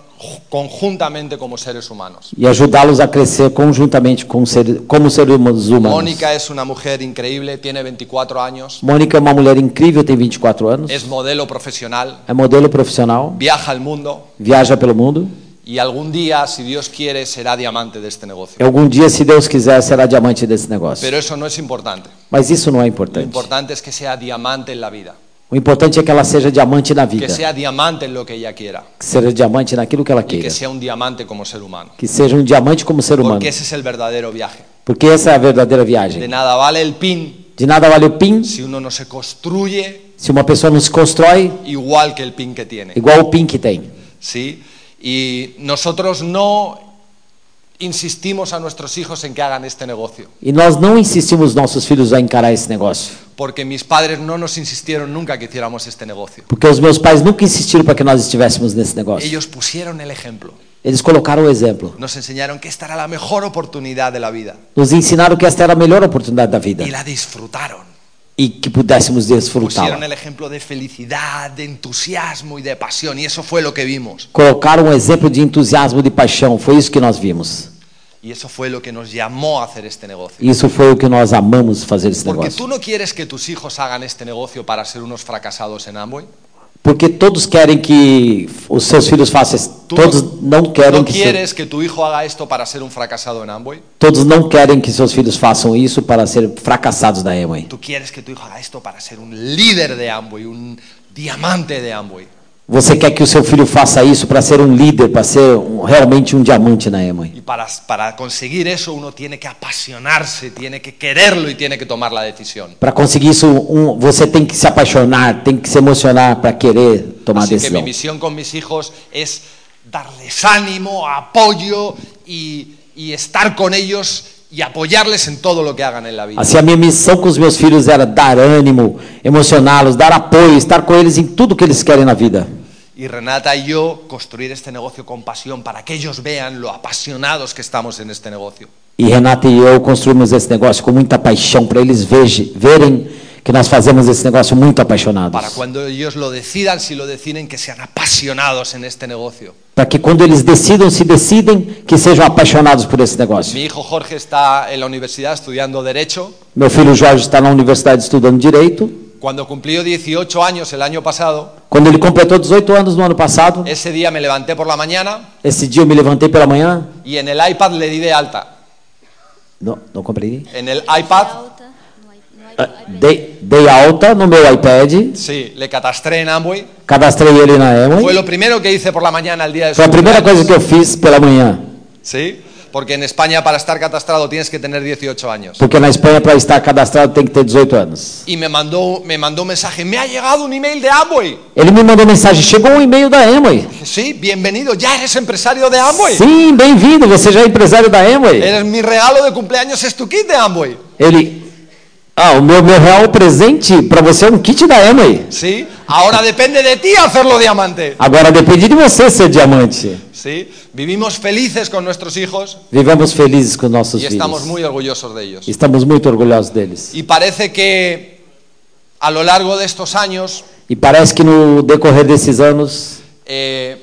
[SPEAKER 1] conjuntamente como seres humanos.
[SPEAKER 2] e ajudá-los a crescer conjuntamente com ser, como seres humanos.
[SPEAKER 1] Mónica es una mujer increíble, tiene 24 años,
[SPEAKER 2] Mônica é uma mulher incrível, tem 24 anos,
[SPEAKER 1] es modelo profesional,
[SPEAKER 2] é modelo profissional,
[SPEAKER 1] viaja al mundo
[SPEAKER 2] viaja pelo mundo
[SPEAKER 1] y algún día, si Dios quiere, será diamante de este negocio.
[SPEAKER 2] e algum dia, se Deus quiser, será diamante desse negócio.
[SPEAKER 1] Pero eso no es importante.
[SPEAKER 2] Mas isso não é
[SPEAKER 1] Lo
[SPEAKER 2] importante.
[SPEAKER 1] importante es que sea diamante en la vida,
[SPEAKER 2] O importante é que ela seja diamante na vida,
[SPEAKER 1] que sea diamante en lo que ella quiera
[SPEAKER 2] que seja diamante naquilo que ela
[SPEAKER 1] y
[SPEAKER 2] queira,
[SPEAKER 1] que sea un diamante como ser humano.
[SPEAKER 2] que seja um diamante como ser humano,
[SPEAKER 1] Porque ese es el verdadero viaje.
[SPEAKER 2] porque essa é a verdadeira
[SPEAKER 1] De
[SPEAKER 2] viagem.
[SPEAKER 1] nada vale el pin
[SPEAKER 2] De nada vale o pin
[SPEAKER 1] si uno no se construye
[SPEAKER 2] se uma pessoa não se constrói
[SPEAKER 1] igual que el pin que tiene.
[SPEAKER 2] igual o pin que tem.
[SPEAKER 1] ¿sí? Y nosotros no insistimos a nuestros hijos en que hagan este negocio,
[SPEAKER 2] E nós não insistimos nossos filhos a encarar esse negócio,
[SPEAKER 1] porque mis padres no nos insistieron nunca que hiciéramos este negocio.
[SPEAKER 2] porque os meus pais nunca insistiram para que nós estivéssemos nesse negócio.
[SPEAKER 1] Ellos pusieron el ejemplo,
[SPEAKER 2] Eles colocaram o exemplo,
[SPEAKER 1] nos enseñaron que esta era la mejor oportunidad de la vida
[SPEAKER 2] nos ensinaram que esta era a melhor oportunidade da vida
[SPEAKER 1] y la disfrutaron.
[SPEAKER 2] e que pudéssemos
[SPEAKER 1] Pusieron
[SPEAKER 2] desfrutá-la.
[SPEAKER 1] el ejemplo de felicidad, de entusiasmo y de pasión e eso fue lo que vimos.
[SPEAKER 2] Colocaram um exemplo de entusiasmo, de paixão, foi isso que nós vimos.
[SPEAKER 1] Y eso fue lo que nos llamó a hacer este negocio.
[SPEAKER 2] Isso foi o que nós amamos fazer esse
[SPEAKER 1] Porque
[SPEAKER 2] negócio.
[SPEAKER 1] tú no quieres que tus hijos hagan este negocio para ser unos fracasados en Amway.
[SPEAKER 2] Porque todos querem que os seus filhos façam, esse-
[SPEAKER 1] Tú
[SPEAKER 2] todos não querem
[SPEAKER 1] no
[SPEAKER 2] que
[SPEAKER 1] quieres que tu hijo haga esto para ser un fracasado en Amway.
[SPEAKER 2] seu- todos não querem que seus filhos façam isso para serem fracassados da Emãe.
[SPEAKER 1] Tú quieres que tu hijo haga esto para ser un líder de Amway, un diamante de Amway.
[SPEAKER 2] Você quer que o seu filho faça isso para ser um líder, para ser um- realmente um diamante na Emãe.
[SPEAKER 1] Y para, para conseguir eso uno tiene que apasionarse, tiene que quererlo y tiene que tomar la decisión.
[SPEAKER 2] Para conseguir isso, um- você tem que se apaixonar, tem que se emocionar para querer tomar a
[SPEAKER 1] Así Assim que mi
[SPEAKER 2] decisão.
[SPEAKER 1] misión con mis hijos es darles ánimo, apoyo y, y estar con ellos y apoyarles en todo lo que hagan en la vida.
[SPEAKER 2] Assim, a minha missão com os meus filhos era dar ânimo, emocioná-los, dar apoio, estar com eles em tudo que eles querem na vida.
[SPEAKER 1] Y Renata y yo construir este negocio con pasión para que ellos vean lo apasionados que estamos en este negocio.
[SPEAKER 2] E Renata e eu construímos esse negócio com muita paixão, para eles veje- verem que nós fazemos esse negócio muito
[SPEAKER 1] Para
[SPEAKER 2] apaixonados.
[SPEAKER 1] cuando ellos lo decidan, si lo deciden, que sean apasionados en este negocio.
[SPEAKER 2] Para que quando eles decidam, se decidem, que sejam apaixonados por esse negócio.
[SPEAKER 1] Mi hijo Jorge está en la universidad estudiando Derecho.
[SPEAKER 2] Meu filho Jorge está na universidade estudando Direito.
[SPEAKER 1] Cuando cumplió 18 años el año pasado,
[SPEAKER 2] Quando ele completou 18 anos no ano passado,
[SPEAKER 1] ese día me levanté por la mañana
[SPEAKER 2] esse dia eu me levantei pela manhã.
[SPEAKER 1] y en el iPad le di de alta.
[SPEAKER 2] Não, não compreendi.
[SPEAKER 1] En el iPad,
[SPEAKER 4] Alta, no hay- no hay-
[SPEAKER 2] Ah,
[SPEAKER 4] hay
[SPEAKER 2] Dei, dei alta no meu iPad,
[SPEAKER 1] sí, le catastré en Amway.
[SPEAKER 2] cadastrei ele na
[SPEAKER 1] Fue
[SPEAKER 2] Emily.
[SPEAKER 1] lo primero que hice por la mañana el día de su
[SPEAKER 2] Foi a primeira coisa
[SPEAKER 1] cumpleaños.
[SPEAKER 2] que eu fiz pela manhã.
[SPEAKER 1] Sí, porque en España para estar catastrado tienes que tener 18 años.
[SPEAKER 2] Porque na Espanha, para estar cadastrado, tem que ter 18 anos.
[SPEAKER 1] Y me mandó, me mandó un mensaje, me ha llegado un email de Amway.
[SPEAKER 2] Ele me mandou mensagem, chegou um e-mail da Emily.
[SPEAKER 1] Dije, Sí, bienvenido, ya eres empresario de Amway.
[SPEAKER 2] Sim, bem-vindo, você já é empresário da Amway.
[SPEAKER 1] Eres mi regalo de cumpleaños es tu kit de Amway.
[SPEAKER 2] Ele, ah, o meu, meu real presente para você é um kit da Amway.
[SPEAKER 1] Sí, ahora depende de ti hacerlo diamante.
[SPEAKER 2] Agora depende de você ser diamante.
[SPEAKER 1] Sí, vivimos felices con nuestros hijos
[SPEAKER 2] Vivamos felizes com nossos
[SPEAKER 1] y estamos
[SPEAKER 2] filhos.
[SPEAKER 1] muy orgullosos de ellos.
[SPEAKER 2] Estamos muito orgulhosos deles.
[SPEAKER 1] Y parece que a lo largo de estos años
[SPEAKER 2] E parece que no decorrer desses anos,
[SPEAKER 1] eh,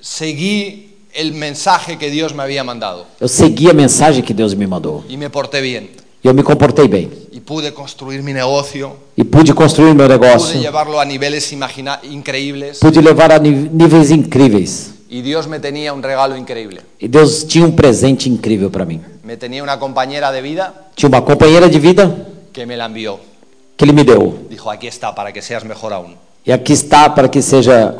[SPEAKER 1] seguí el mensaje que Dios me había mandado
[SPEAKER 2] eu segui a mensagem que Deus me mandou.
[SPEAKER 1] y me porté bien
[SPEAKER 2] E eu me comportei bem.
[SPEAKER 1] y pude construir mi negocio,
[SPEAKER 2] E pude construir meu
[SPEAKER 1] pude
[SPEAKER 2] negócio.
[SPEAKER 1] llevarlo a niveles imagina- increíbles
[SPEAKER 2] Pude levar a ni- níveis incríveis.
[SPEAKER 1] y Dios me tenía un regalo increíble.
[SPEAKER 2] E Deus tinha um presente incrível para mim.
[SPEAKER 1] Me tenía una compañera de vida
[SPEAKER 2] Tinha uma companheira de vida
[SPEAKER 1] que me la envió.
[SPEAKER 2] que que ele me deu.
[SPEAKER 1] Dijo, aquí está, para que seas mejor aún.
[SPEAKER 2] E aqui está para que seja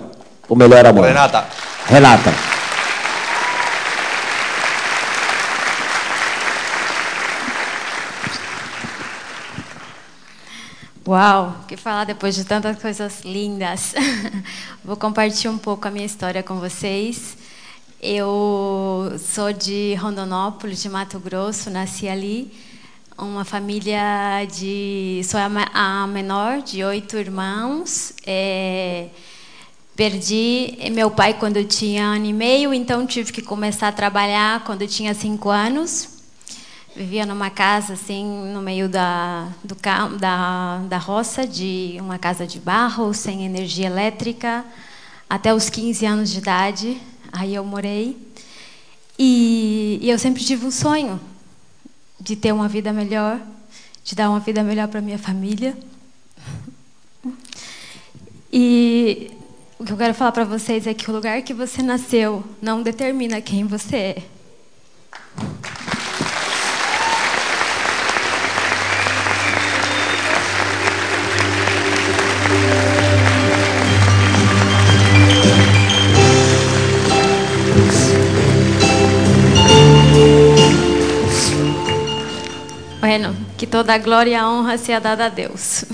[SPEAKER 2] o melhor amor.
[SPEAKER 1] Renata,
[SPEAKER 2] Renata.
[SPEAKER 4] Uau, o que falar depois de tantas coisas lindas. Vou compartilhar um pouco a minha história com vocês. Eu sou de Rondonópolis, de Mato Grosso, nasci ali. Uma família de. Sou a ma- a menor de oito irmãos. É, perdi meu pai quando eu tinha ano e meio, então tive que começar a trabalhar quando eu tinha cinco anos. Vivia numa casa assim, no meio da, do, ca- da, da roça, de uma casa de barro, sem energia elétrica, até os 15 anos de idade. Aí eu morei. E, e eu sempre tive um sonho de ter uma vida melhor, de dar uma vida melhor para minha família. E o que eu quero falar para vocês é que o lugar que você nasceu não determina quem você é. Bueno, que toda a glória e a honra seja dada a Deus.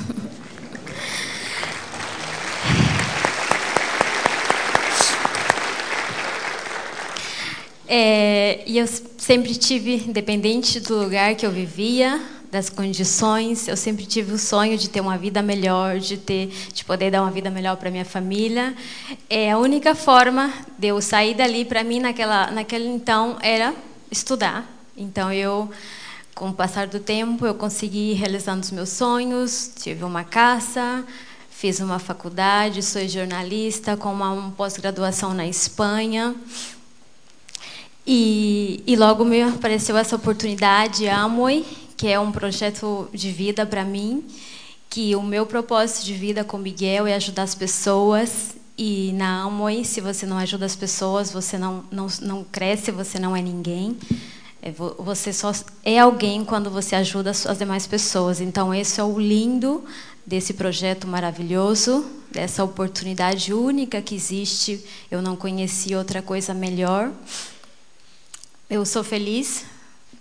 [SPEAKER 4] É, e eu s- sempre tive, independente do lugar que eu vivia, das condições, eu sempre tive o sonho de ter uma vida melhor, de ter, de poder dar uma vida melhor para minha família. É a única forma de eu sair dali para mim naquela, naquele então era estudar. Então eu, com o passar do tempo, eu consegui ir realizando os meus sonhos, tive uma casa, fiz uma faculdade, sou jornalista com uma uma pós-graduação na Espanha. E, e logo me apareceu essa oportunidade, Amoi, que é um projeto de vida para mim, que o meu propósito de vida com Miguel é ajudar as pessoas. E na Amoi, se você não ajuda as pessoas, você não, não, não cresce, você não é ninguém. É, vo- Você só é alguém quando você ajuda as as demais pessoas. Então, esse é o lindo desse projeto maravilhoso, dessa oportunidade única que existe. Eu não conheci outra coisa melhor. Eu sou feliz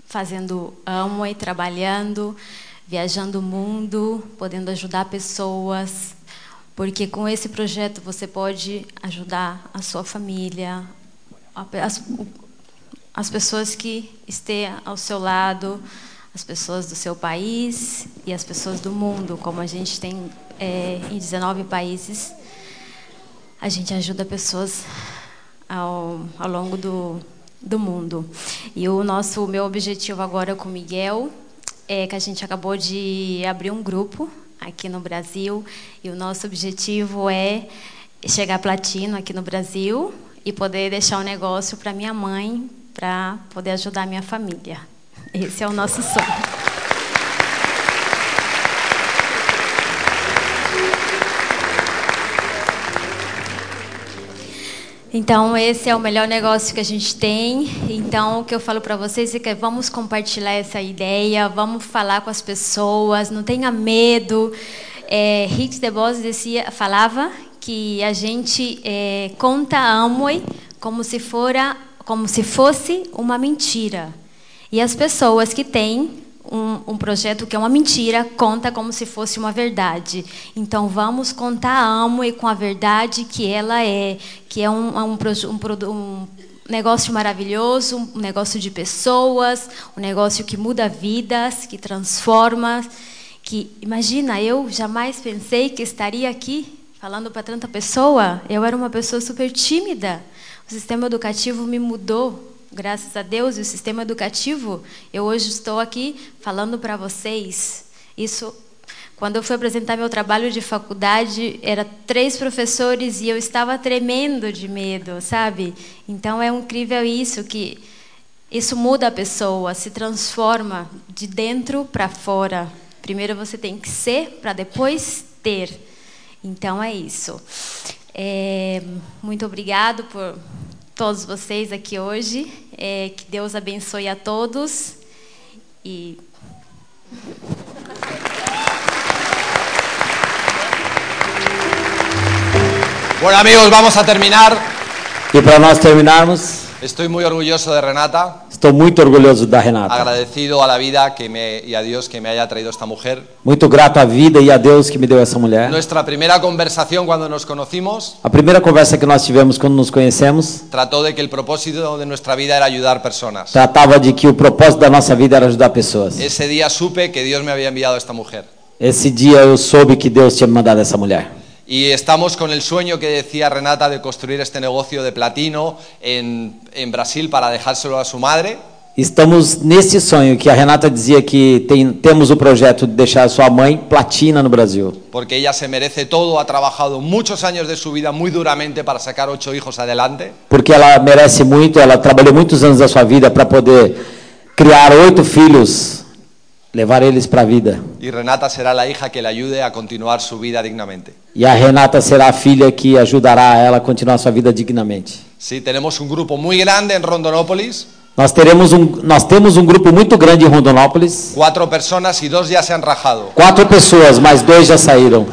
[SPEAKER 4] fazendo amo e trabalhando, viajando o mundo, podendo ajudar pessoas, porque com esse projeto você pode ajudar a sua família, a pe- as, o- as pessoas que estejam ao seu lado, as pessoas do seu país e as pessoas do mundo, como a gente tem eh, em 19 países. A gente ajuda pessoas ao, ao longo do, do mundo. E o nosso, o meu objetivo agora com o Miguel é que a gente acabou de abrir um grupo aqui no Brasil e o nosso objetivo é chegar a platino aqui no Brasil e poder deixar o negócio para minha mãe, para poder ajudar a minha família. Esse é o nosso sonho. Então, esse é o melhor negócio que a gente tem. Então, o que eu falo para vocês é que vamos compartilhar essa ideia, vamos falar com as pessoas, não tenha medo. É, Hit the Boss dizia, falava que a gente é, conta a Amway como se, fora, como se fosse uma mentira. E as pessoas que têm um, um projeto que é uma mentira conta como se fosse uma verdade. Então vamos contar a Amway com a verdade que ela é, que é um, um, proje- um produ- um negócio maravilhoso, um negócio de pessoas, um negócio que muda vidas, que transforma. Que imagina, eu jamais pensei que estaria aqui falando para tanta pessoa. Eu era uma pessoa super tímida. O sistema educativo me mudou graças a Deus e o sistema educativo, eu hoje estou aqui falando para vocês. Isso, quando eu fui apresentar meu trabalho de faculdade, era três professores e eu estava tremendo de medo, sabe? Então é incrível isso que isso muda a pessoa, se transforma de dentro para fora. Primeiro você tem que ser para depois ter. Então é isso. É, muito obrigado por todos vocês aqui hoje. É, que Deus abençoe a todos. E
[SPEAKER 1] Bueno amigos, vamos a terminar.
[SPEAKER 2] E para nós terminarmos,
[SPEAKER 1] Estoy muy orgulloso de Renata,
[SPEAKER 2] estou muito orgulhoso da Renata.
[SPEAKER 1] agradecido a la vida que me, y a Dios que me haya traído esta mujer.
[SPEAKER 2] Muito grato à vida e a Deus que me deu essa mulher.
[SPEAKER 1] Nuestra primera conversación cuando nos conocimos
[SPEAKER 2] A primeira conversa que nós tivemos quando nos conhecemos
[SPEAKER 1] trató de que el propósito de nuestra vida era ayudar personas.
[SPEAKER 2] tratava de que o propósito da nossa vida era ajudar pessoas.
[SPEAKER 1] Ese día supe que Dios me había enviado a esta mujer.
[SPEAKER 2] Esse dia eu soube que Deus tinha me mandado essa mulher.
[SPEAKER 1] Y estamos con el sueño que decía Renata de construir este negocio de platino en, en Brasil para dejárselo a su madre.
[SPEAKER 2] Estamos nesse sonho que a Renata dizia que tem, temos o projeto de deixar sua mãe platina no Brasil.
[SPEAKER 1] porque ella se merece todo, ha trabajado muchos años de su vida muy duramente para sacar ocho hijos adelante
[SPEAKER 2] Porque ela merece muito, ela trabalhou muitos anos da sua vida para poder criar oito filhos, levar eles para a vida.
[SPEAKER 1] y Renata será la hija que le ayude a continuar su vida dignamente.
[SPEAKER 2] E a Renata será a filha que ajudará ela a continuar sua vida dignamente.
[SPEAKER 1] Sí, tenemos un grupo muy grande en Rondonópolis,
[SPEAKER 2] Nós, teremos um, nós temos um grupo muito grande em Rondonópolis.
[SPEAKER 1] cuatro personas y dos ya se han rajado.
[SPEAKER 2] Quatro pessoas, mas dois já saíram.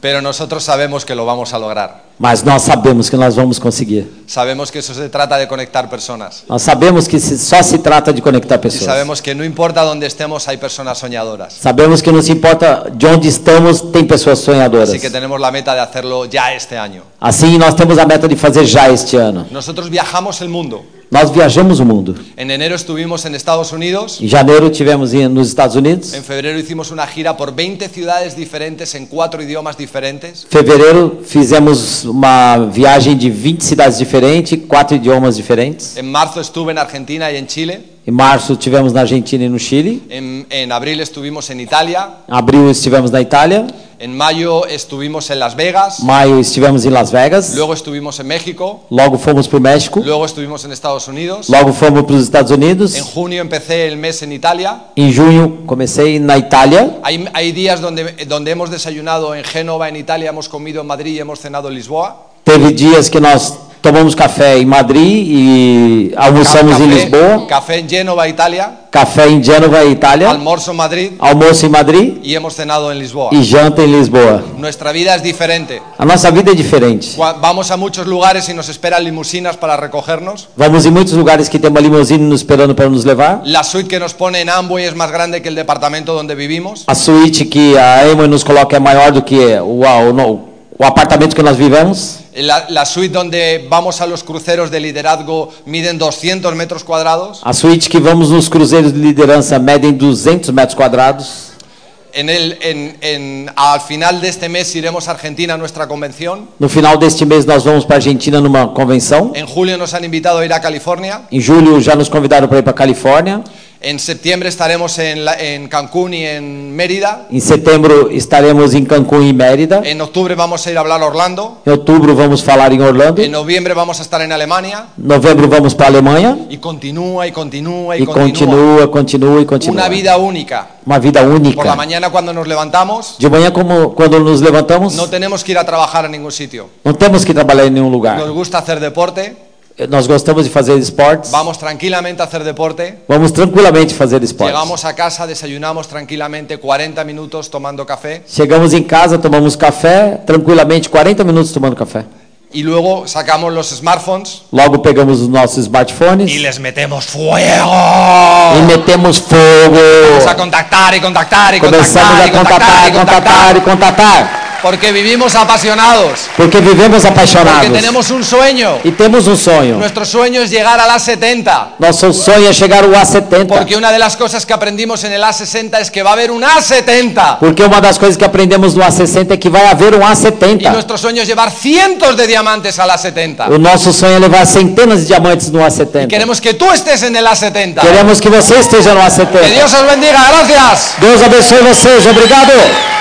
[SPEAKER 1] Pero nosotros sabemos que lo vamos a lograr.
[SPEAKER 2] Mas nós sabemos que nós vamos conseguir.
[SPEAKER 1] Sabemos que eso se trata de conectar personas.
[SPEAKER 2] Nós sabemos que se- só se trata de conectar
[SPEAKER 1] Y
[SPEAKER 2] pessoas.
[SPEAKER 1] sabemos que no importa dónde estemos, hay personas soñadoras.
[SPEAKER 2] Sabemos que não se importa de onde estamos, tem pessoas sonhadoras.
[SPEAKER 1] Así Assim que tenemos la meta de hacerlo ya este año.
[SPEAKER 2] Assim, nós temos a meta de fazer já este ano.
[SPEAKER 1] Nosotros viajamos el mundo.
[SPEAKER 2] Nós viajamos o mundo.
[SPEAKER 1] En enero estuvimos en Estados Unidos.
[SPEAKER 2] Em janeiro tivemos em- nos Estados Unidos.
[SPEAKER 1] En
[SPEAKER 2] Em
[SPEAKER 1] febrero hicimos una gira por 20 ciudades diferentes en cuatro idiomas diferentes.
[SPEAKER 2] fevereiro fizemos uma viagem de 20 cidades diferentes, quatro idiomas diferentes.
[SPEAKER 1] En marzo estuve en Argentina y en Chile.
[SPEAKER 2] Em março tivemos na Argentina e no Chile.
[SPEAKER 1] En, en abril estuvimos en Italia.
[SPEAKER 2] Em abril estivemos na Itália.
[SPEAKER 1] En mayo estuvimos en Las Vegas.
[SPEAKER 2] Em maio estivemos em Las Vegas.
[SPEAKER 1] Luego estuvimos en México.
[SPEAKER 2] Logo fomos para o México.
[SPEAKER 1] Luego estuvimos en Estados Unidos.
[SPEAKER 2] Logo fomos para os Estados Unidos.
[SPEAKER 1] En junio empecé el mes en Italia.
[SPEAKER 2] Em junho comecei na Itália.
[SPEAKER 1] Hay, hay días donde, donde hemos desayunado en Génova, en Italia, hemos comido en Madrid y hemos cenado en Lisboa.
[SPEAKER 2] Teve dias que nós tomamos café em Madrid e almoçamos em Lisboa.
[SPEAKER 1] café en Génova, Italia.
[SPEAKER 2] Café em Gênova, Itália.
[SPEAKER 1] Almuerzo en Madrid
[SPEAKER 2] Almoço em Madrid
[SPEAKER 1] y hemos cenado en Lisboa.
[SPEAKER 2] e janta em Lisboa.
[SPEAKER 1] Nuestra vida es diferente.
[SPEAKER 2] A nossa vida é diferente.
[SPEAKER 1] Cua- Vamos a muchos lugares y nos esperan limusinas para recogernos.
[SPEAKER 2] Vamos em muitos lugares que tem uma limusine nos esperando para nos levar.
[SPEAKER 1] La suite que nos pone en Amway es más grande que el departamento donde vivimos.
[SPEAKER 2] A suíte que a Emma nos coloca é maior do que o, o, no- o apartamento que nós vivemos.
[SPEAKER 1] La, la suite donde vamos a los cruceros de liderazgo miden 200 metros cuadrados.
[SPEAKER 2] A suíte que vamos nos cruzeiros de liderança medem 200 metros quadrados.
[SPEAKER 1] En el, en- en- al final de este mes iremos a Argentina a nuestra convención.
[SPEAKER 2] No final deste mês nós vamos para a Argentina numa convenção.
[SPEAKER 1] En julio nos han invitado a ir a California.
[SPEAKER 2] Em julho já nos convidaram para ir para a Califórnia.
[SPEAKER 1] En septiembre estaremos en, la- en Cancún y en Mérida.
[SPEAKER 2] Em setembro estaremos em Cancún e Mérida.
[SPEAKER 1] En octubre vamos a ir a hablar a Orlando.
[SPEAKER 2] Em outubro vamos falar em Orlando.
[SPEAKER 1] En noviembre vamos a estar en Alemania.
[SPEAKER 2] Em novembro vamos para a Alemanha.
[SPEAKER 1] Y continúa y continúa y,
[SPEAKER 2] E continua, continua e continua.
[SPEAKER 1] Una vida única.
[SPEAKER 2] Uma vida única.
[SPEAKER 1] Por la mañana cuando nos levantamos,
[SPEAKER 2] De manhã, como quando nos levantamos,
[SPEAKER 1] no tenemos que ir a trabajar a ningún sitio.
[SPEAKER 2] não temos que trabalhar em nenhum lugar.
[SPEAKER 1] Nos gusta hacer deporte,
[SPEAKER 2] Nós gostamos de fazer esportes.
[SPEAKER 1] vamos tranquilamente a hacer deporte.
[SPEAKER 2] Vamos tranquilamente fazer esportes.
[SPEAKER 1] Llegamos a casa, desayunamos tranquilamente 40 minutos tomando café
[SPEAKER 2] Chegamos em casa, tomamos café, tranquilamente, 40 minutos tomando café.
[SPEAKER 1] y luego sacamos los smartphones
[SPEAKER 2] Logo pegamos os nossos smartphones
[SPEAKER 1] y les metemos fuego.
[SPEAKER 2] e metemos fogo.
[SPEAKER 1] Vamos a contactar y contactar y
[SPEAKER 2] Começamos
[SPEAKER 1] contactar y
[SPEAKER 2] a
[SPEAKER 1] contactar
[SPEAKER 2] contatar,
[SPEAKER 1] y
[SPEAKER 2] contatar e
[SPEAKER 1] contactar.
[SPEAKER 2] contatar.
[SPEAKER 1] Porque vivimos apasionados,
[SPEAKER 2] Porque vivemos
[SPEAKER 1] porque
[SPEAKER 2] apaixonados.
[SPEAKER 1] tenemos un sueño.
[SPEAKER 2] E temos um sonho.
[SPEAKER 1] Nuestro sueño es llegar a las 70.
[SPEAKER 2] Nosso sonho é chegar ao A70.
[SPEAKER 1] Porque una de las cosas que aprendimos en el A60 es que va a haber un A70.
[SPEAKER 2] Porque uma das coisas que aprendemos no A60 é que vai haver um
[SPEAKER 1] Y
[SPEAKER 2] A70.
[SPEAKER 1] nuestro sueño es llevar cientos de diamantes al A70.
[SPEAKER 2] O nosso sonho é levar centenas de diamantes no A70.
[SPEAKER 1] Queremos que tú estés en el A70.
[SPEAKER 2] Queremos que você esteja no
[SPEAKER 1] Que
[SPEAKER 2] A70.
[SPEAKER 1] Dios os bendiga. Gracias.
[SPEAKER 2] Deus abençoe vocês. Obrigado.